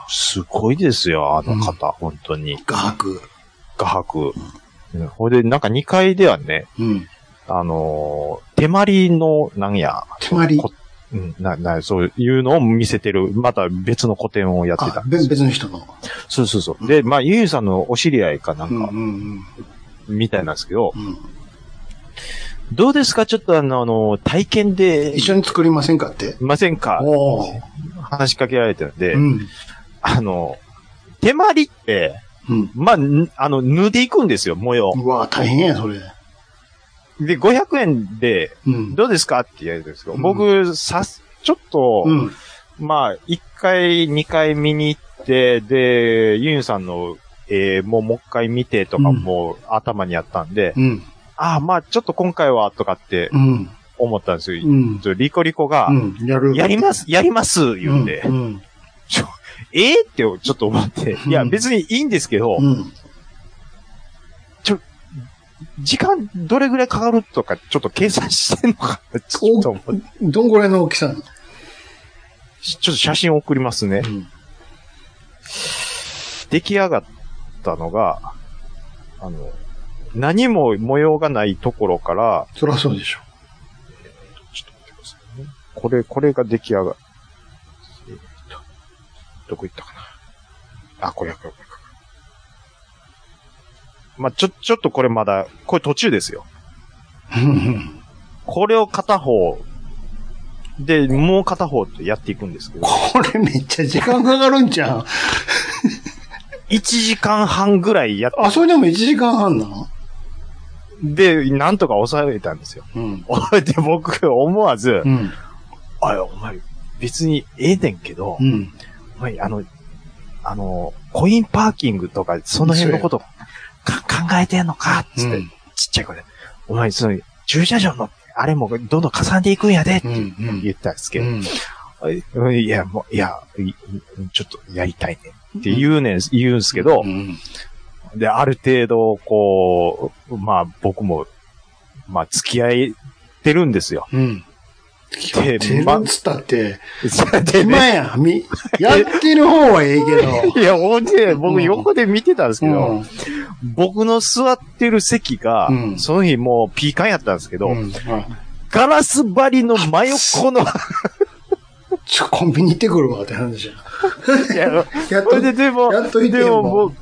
すごいですよ、あの方、本当に。画伯。画伯。うんほいで、なんか2階ではね、うん。あのー手まりの、なんや、手まり。こうん、な、な、そういうのを見せてる、また別の個展をやってあた、。別別の人の。そうそうそう。で、まあ、ゆうゆうさんのお知り合いかなうんんかう、んみたいなんですけどう、ん。うんどうですかちょっとあの、あの体験で、一緒に作りませんかって。いませんかおー話しかけられてるんで、うん。あの、手まりって、うん。まあ、ぬあの、縫っていくんですよ、模様。うわ大変や、それ。で、500円で、うん。どうですかって言われてるんですけど、うん僕、さす、ちょっと、うん。まあ、1回、2回見に行って、で、ユンさんの、えー、もう、もう一回見てとか、うんもう、頭にあったんで、うん。ああ、まあ、ちょっと今回は、とかってうん。思ったんですよ。うん。リコリコが、うん。やる。やります、やります、言うて、うん。うんええー、って、ちょっと思って、いや、うん別にいいんですけど、うん。時間どれぐらいかかるとか、ちょっと計算してんのかな、ちょっと思って、どんぐらいの大きさなのちょっと写真送りますね。うん出来上がったのが、あの、何も模様がないところから、そりゃそうでしょ。ちょっと待ってくださいね。これ、これが出来上が、えーっと、どこ行ったかな。あ、これ、これ、これ。これまあ、ちょ、ちょっとこれまだ、これ途中ですよ。うんこれを片方、で、もう片方ってやっていくんですけど、これめっちゃ時間かかるんじゃん。 1時間半ぐらいやっあ、それでも1時間半なので、なんとか抑えたんですよ。 うん。で、僕、思わずう、ん。あい、お前、別にええねんけどう、ん。お前、あの、あの、コインパーキングとか、その辺のこと、か考えてんのか、つって、うんちっちゃい声で、お前、その、駐車場の、あれも、どんどん重ねていくんやで、ってうんうん言ったんですけうど、ん。うんいや、もう、いや、いちょっとやりたいね。って言うねん、言うんすけどう、ん。で、ある程度、こう、まあ、僕も、まあ、付き合えてるんです よ。うん。で手間つったって、でね今や、み、やってる方はええけど。いや、ほんで、う僕ん横で見てたんですけうど、ん僕の座ってる席が、うんその日もうピーカンやったんですけど、うん。あガラス張りの真横 の、ちょ、コンビニ行ってくるわって話じゃいん。ややっほとい、で、でも、やっといてでもよ。も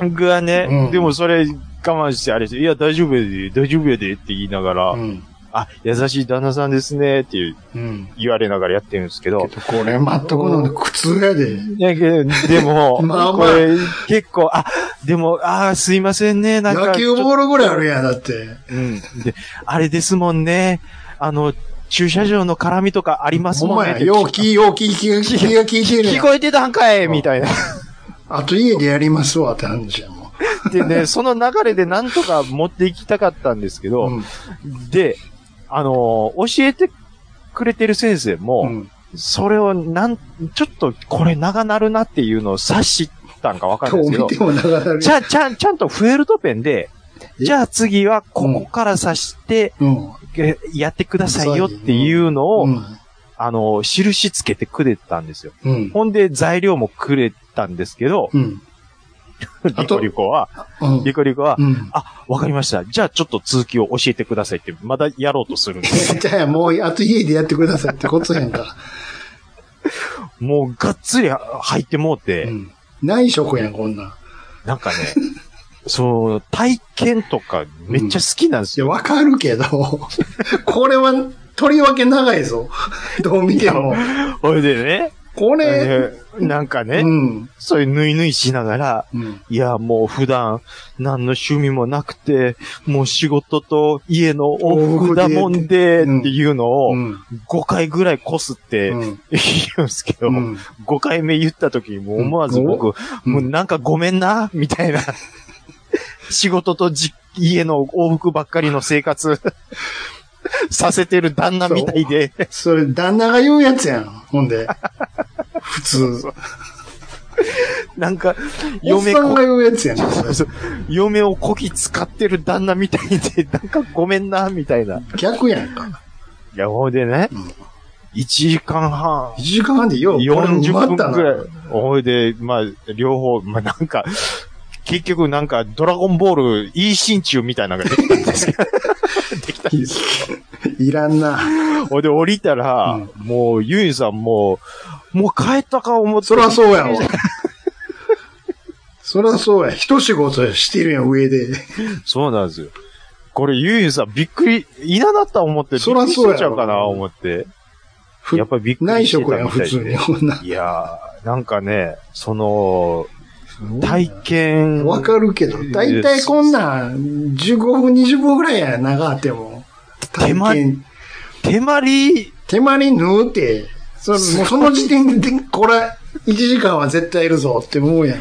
僕はね、うんでもそれ我慢してあれして、いや、大丈夫やで、大丈夫やでって言いながら、ううん。あ、優しい旦那さんですね、っていううん。言われながらやってるんですけど。これ全くの苦痛やで。いやけどでも、 まあまあこれ結構、あ、でも、あーすいませんね、なんか。野球ボールぐらいあるやん、だって。うん。で、あれですもんね。あの、駐車場の絡みとかありますおもんねっ前、て。よう気、よう気、気が気が利いてる聞やん。こえてたんかいみたいな。あと家でやりますわって話やもん。でね、その流れでなんとか持っていきたかったんですけど、うんで、あのー教えてくれてる先生も、うん。それをなん、ちょっとこれ長なるなっていうのを察したんかわかるとんないです見けてもながらど、れちゃん、ちゃん、ちゃんとフェルトペンで、えじゃあ次はここから刺して、うん。えやってくださいよっていうのを、うん。あの、印つけてくれたんですよ。うん。ほんで、材料もくれたんですけど、うん。あリとコリコは、うんリコリコは、うん。 あ、わかりました。じゃあちょっと続きを教えてくださいって、まだやろうとするんです。 じゃあもう、あと家でやってくださいってことやんか。もうがっつり入ってもうて、うん。内職やん、こんなん。なんかね、そう、体験とかめっちゃ好きなんですいや、よ。わかるけど、 これは、とりわけ長いぞ。 どう見ても。ほいでね、これ、なんかね、うん。そういうぬいぬいしながら、うん。いや、もう普段、何の趣味もなくて、もう仕事と家の往復だもんで、うんっていうのを、うん。 5回ぐらいこすってう言ん。うんですけど、うん5回目言った時にもう思わず僕、うんもうなんかごめんな、みたい な。仕事とじ家の往復ばっかりの生活させてる旦那みたいで、それ、旦那が言うやつやん。ほんで。 普通。なんかおっ嫁さんこが言うやつやん。それそう嫁をこき使ってる旦那みたいで、なんかごめんな、みたいな。逆やんか。いや、ほいでね、うん1時間半1、時間半でよう、これ埋ま40った分なくらい。ほいで、まあ、両方、まあなんか、結局なんか、ドラゴンボール、いい心中みたいなのができたんですけど、できた。いらんな。 ほいで降りたら、もう、ゆいさんもう、もう帰ったか思って。そらそうやわ。そらそうや。一仕事してるやん、上で。そうなんですよ。これ、ゆいさん、びっくり、いななった思って、びっそらくりしそうやろちゃうかな、思って。ふやっぱりびっくり内して職たやん、みた普いで通に。こんないやー、なんかね、その、体験。わかるけど、だいたいこんなん15分、20分ぐらいや、長あっても。手間体験手まり、手間に縫うて、それもうその時点で、これ、1時間は絶対いるぞって思うや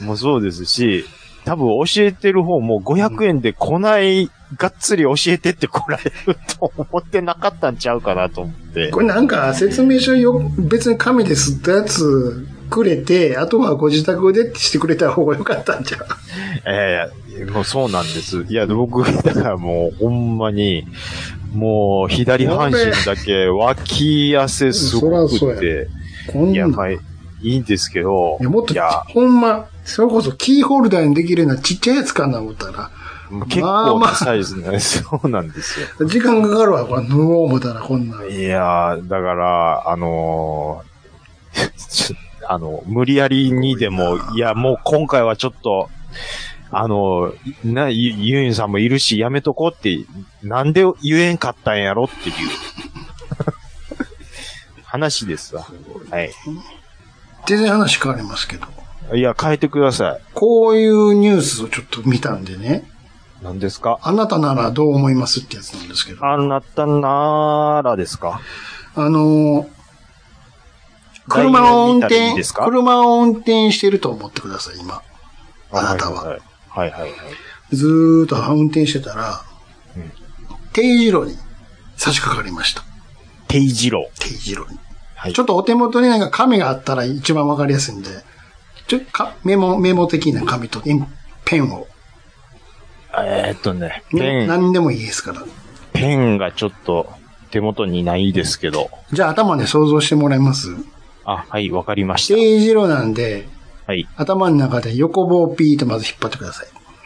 ん。もそうですし、多分教えてる方も500円で来ない、がっつり教えてって来られると思ってなかったんちゃうかなと思って こ。れなんか説明書よ、別に紙で吸ったやつくれて、あとはご自宅でってしてくれた方がよかったんじゃん。ええもうそうなんです。いや、僕、だからもうほんまに、もう左半身だけ脇汗すごそらくそうて、こん いや、なんまあ、いいんですけど、いや、もっといや、ほんま、それこそキーホルダーにできるようなちっちゃいやつかな思ったら、結まあ構まあなサイズなんです。 そうなんですよ。時間かかるわ、これ、縫おう思ったらこんなん。いやー、だから、あのー あの、無理やりにでも、いや、もう今回はちょっと、あのー、な、ゆ、ゆいんさんもいるし、やめとこうって、なんで言えんかったんやろっていう、話ですわ。はい。全然話変わりますけど、いや、変えてくださこういうニュースをちょっと見たんでね、い。何ですかあなたならどう思いますってやつなんですけど、ああなったなーらですかのー車を運ダイナミタリー転です、か車を運転してると思ってください、今。あなたは。はいはいはい。はいはいはいずーっと運転してたら、うん定時路に差し掛かりました。定時郎。定時路に。はいちょっとお手元になんか紙があったら一番わかりやすいんで、ちょかメモ、メモ的な紙と鉛ペンを、えーっとね、ペね、ン、何でもいいですから。ペンがちょっと手元にないですけど。じゃあ頭で想像してもらいます。あ、はい、わかりました。定時路なんで、はい、頭の中で横棒をピーとまず引っ張ってくださ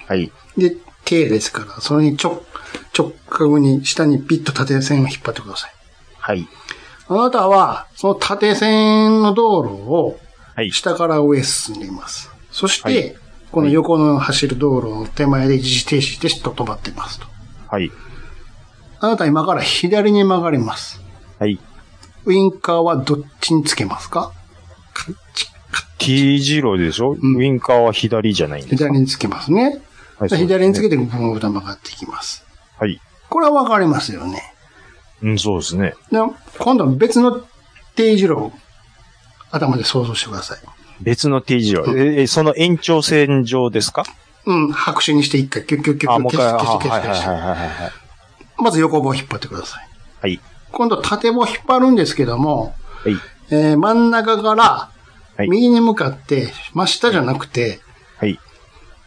はい。い。で、手ですから、それに直、直角に下にピッと縦線を引っ張ってください。はい。あなたは、その縦線の道路をはい。下から上へ進んでいます。そして、はいこの横の走る道路の手前で一時停止して止まってますと。はい。あなた今から左に曲がります。はい。ウインカーはどっちにつけますか T 字路でしょ、んウィンカーは左じゃないんですか左につけますね。はいじそうでゃあすね左につけて、ブンブンと曲がっていきます。はい。これはわかりますよね。うん、そうですね。で今度は別の定時路を頭で想像してください。別の T 字路。え、えその延長線上ですかうん、白紙にして一回、キュッキュッキュあ、ッもうキ一ュ回。ッあ消してはい消はしいはいて消してはいはいはい。まず横棒を引っ張ってください。はい。今度縦棒を引っ張るんですけども、はい。えー真ん中からはい右に向かって、真下じゃなくて、はい。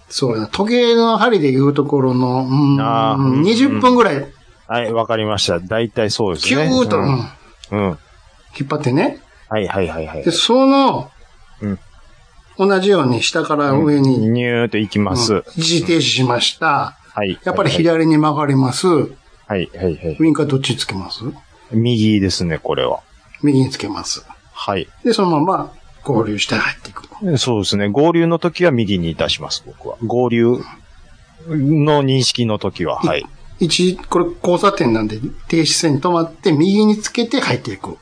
そうだ、時計の針でいうところの、うあーーうんん、20分ぐらい、はい、わかりました。大体そうですね。キューッと、うんうん。うん引っ張ってね。はいはいはいはいで、。そのうん、同じように下から上に、ニューと行きまうんす。一時停止しました。はい。やっぱり。左に曲がります。ウはいはいはい。インカーどっちにつけます右ですね、これは。右につけます。はい。で、そのまま合流して入っていく。そうですね。合流の時は右に出します、僕は。合流の認識の時は。はい。一、これ交差点なんで、停止線に止まって、右につけて入っていく。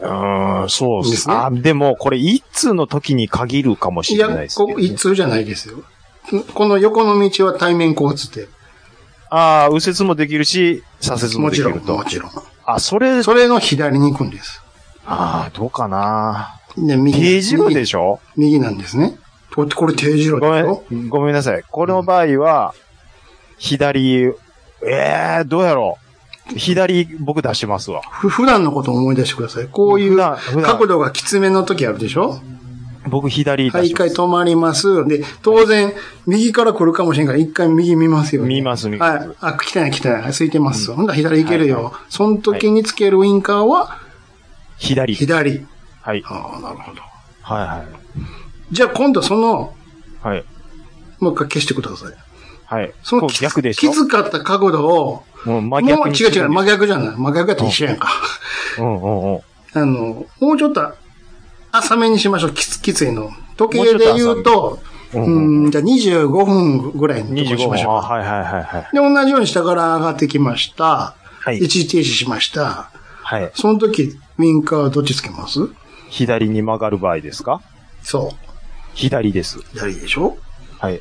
うーん、そうでですすね。ねあ、でも、これ、一通の時に限るかもしいれやないで、すけこど、こね。一通じゃないですよ。この横の道は対面交通で。ああ、右折もできるし、左折ももでちきろるん、とも。ちろん。あ、それ、それの左に行くんです。ああ、どうかな。で、右。定時路でしょ右右なんですね。ここれ定時路でごしめょん、ごめんなさい。この場合は、左、ええー、どうやろう。左、僕出しますわ。ふ普段のことを思い出してください。こうい普う段普段角度がきつめの時あるでしょ僕、左出しまはす。い、一回止まります。で、当然、右から来るかもしれんから、一回右見ますよ、ね。見ます見まはすい。あ、来たない来たない。空いてます。ほんだら左行けるよ。その時につけるウインカーは、左。左。はい。ああ、なるほど。はいはい。じゃあ今度その、はい。もう一回消してください。はい。そこのう逆でしょきつかった角度を、もう真も逆うに違う違う、真逆。逆じゃない。真逆やったら一緒やんか。うんうんうん。あの、もうちょっと浅めにしましょう、きつ、きついの。時計で言うもうちょっと、と浅めうん、じゃあ25分ぐらいに25しまし分。あょう。はいはいはいはい。で、同じように下から上がってきました。はい一時停止しました。はい。その時、ウィンカーはどっちつけます左に曲がる場合ですかそ左です。う。左でしょはい。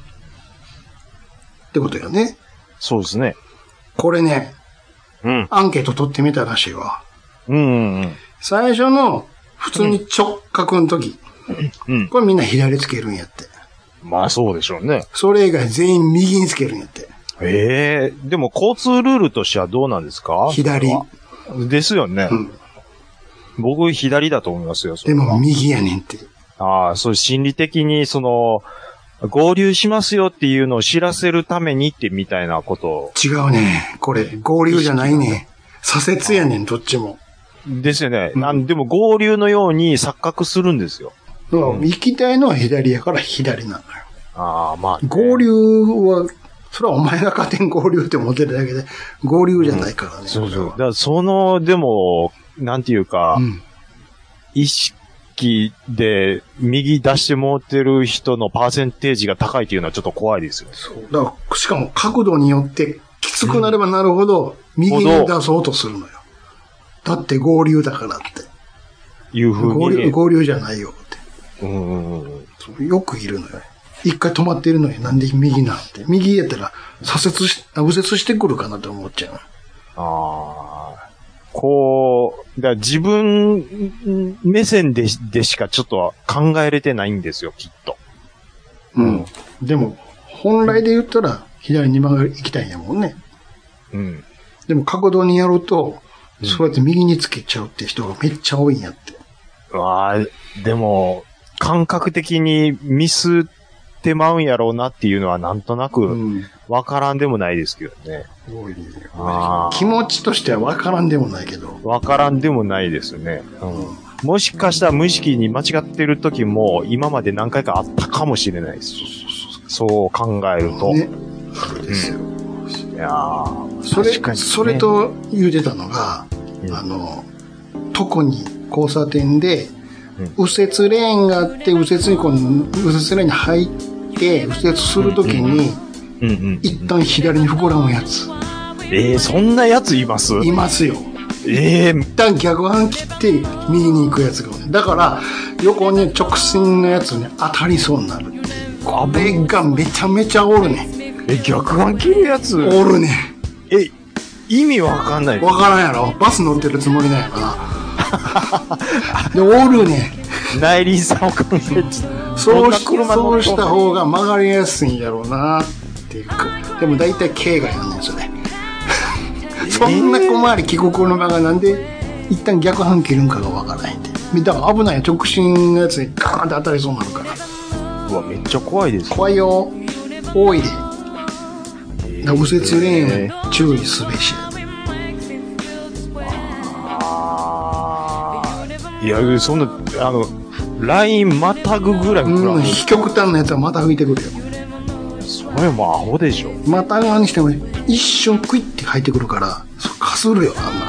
ってことよね。そうですね。これね、うん。アンケート取ってみたらしいわ。うんうん最初の、普通に直角の時、うん。うん。これみんな左つけるんやって。まあそうでしょうね。それ以外全員右につけるんやって。ええでも交通ルールとしてはどうなんですか左。ですよね。うん僕、左だと思いますよ。それではも右やねんって。ああ、そう、心理的に、その、合流しますよっていうのを知らせるためにってみたいなこと違うね。これ、合流じゃないね。左折やねん、どっちも。ですよね。うんなんでも合流のように錯覚するんですよ。だから行きたいのは左やから左なのよ。ああ、まあね、合流は、それはお前が勝手に合流って思ってるだけで、合流じゃないからね。そうそう。だこからその、でも、なんていうか、れはうん。意識で右出してもうてる人のパーセンテージが高いっていうのはちょっと怖いですよ。そう。だから、しかも角度によって、きつくなればなるほど、右に出そうとするのよ。だって合流だからって。いうふ合うに流、ね。合流じゃないよっうて。んうんうん。そうよくいるのよ。一回止まってるのになんで右なんて。右やったら左折し、あ右折してくるかなって思っちゃう。ああ。こう、だから自分目線ででしかちょっと考えれてないんですよ、きっと。うん。でも、本来で言ったら、左に曲がり行きたいんやもんね。うん。でも、角度にやると、そうやって右につけちゃうって人がめっちゃ多いんやって。うわあ、でも、感覚的にミスってまうんやろうなっていうのはなんとなうくん。わからんでもないですけどね。多いねあー気持ちとしてはわからんでもないけど。わからんでもないですね。うん。もしかしたら無意識に間違ってる時も今まで何回かあったかもしれないです。そう考えると。ね。あるですよ。いやーそれ、確かにねそれと言うてたのが、うんあの、特に交差点でうん、右折レーンがあって、右折にこう、右折レーンに入って、右折するときに、うんうん。一旦左に膨らむやつ。あえー、そんなやついますいますよ。えー、一旦逆半切って右に行くやつが多いだから横ね直進のやつね当たりそうになるっていうこれがめちゃめちゃおるねえ、逆眼切るやつおるねえ、意味わかんない。わからんやろバス乗ってるつもりなんやからでおるね内輪差を考えて。そうしこんな車乗そっうとした方が曲がりやすいんやろうなっていうかでも大体軽外やねんそれそんな小回り帰国の場がなんで一旦逆半切るんかがわからへんてだから危ないよ直進のやつにガーンって当たりそうになるからうわ、めっちゃ怖いです。怖いよ多いで右折レーンは注意すべしやあーいや、そんな、あの、ラインまたぐぐらいくうらんい。非極端なやつはまた吹いてくるよそれもアホでしょ。また側にしても一瞬クイッて入ってくるからそかするよあん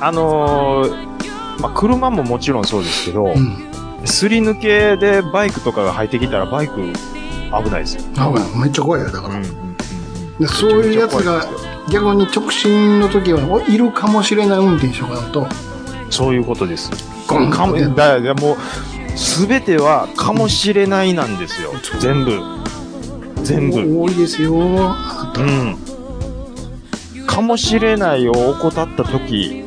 なあのー、まあ、車ももちろんそうですけど、うんすり抜けでバイクとかが入ってきたらバイク危ないですよ。危ないめっちゃ怖いよだから、ん。でそういうやつが逆に直進の時はおいるかもしれない運転手があるとそういうことです。ゴンかもゴンだだもう、すべてはかもしれないなんですよ。全部。全部。多いですよあなうん。かもしれないを怠った時、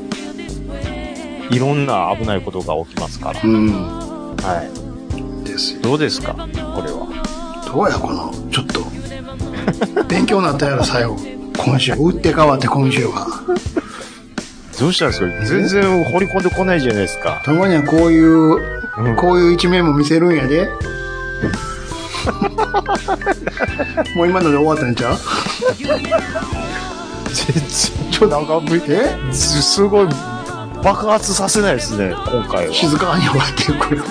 いろんな危ないことが起きますから。たうんはい。ですよどうですかこれは。どうやこのちょっと勉強になったやろ最後今週打って変わって今週はどうしたんですか全然掘り込んでこないじゃないですか。たまにはこういう、うんこういう一面も見せるんや で。もう今ので終わったんちゃう全然、ちょ、なんか、えすすごい、爆発させないですね、今回は。静かに終わっていくよ。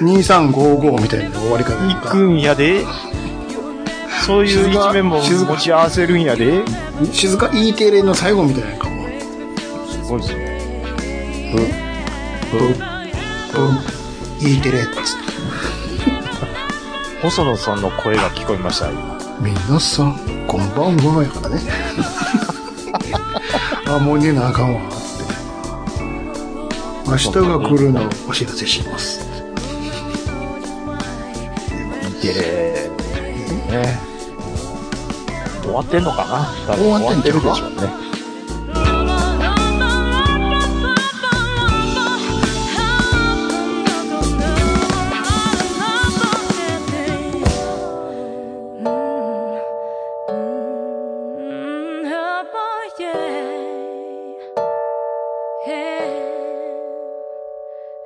2355みたいな終わり方と行くかんやで。そういう一面も静か持ち合わせるんやで。静か E テレの最後みたいなのかもすごいですね。うん E テレっつって細野さんの声が聞こえました。皆さんこんばんはやからねあもう寝なあかんわって明日が来るのをお知らせしますえー、ね。終わってんのかな多分終わってんちゃうか終わってるでしょうね。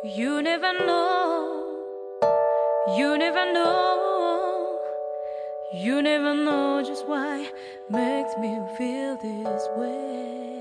You never know, you never know, you never know just why makes me feel this way.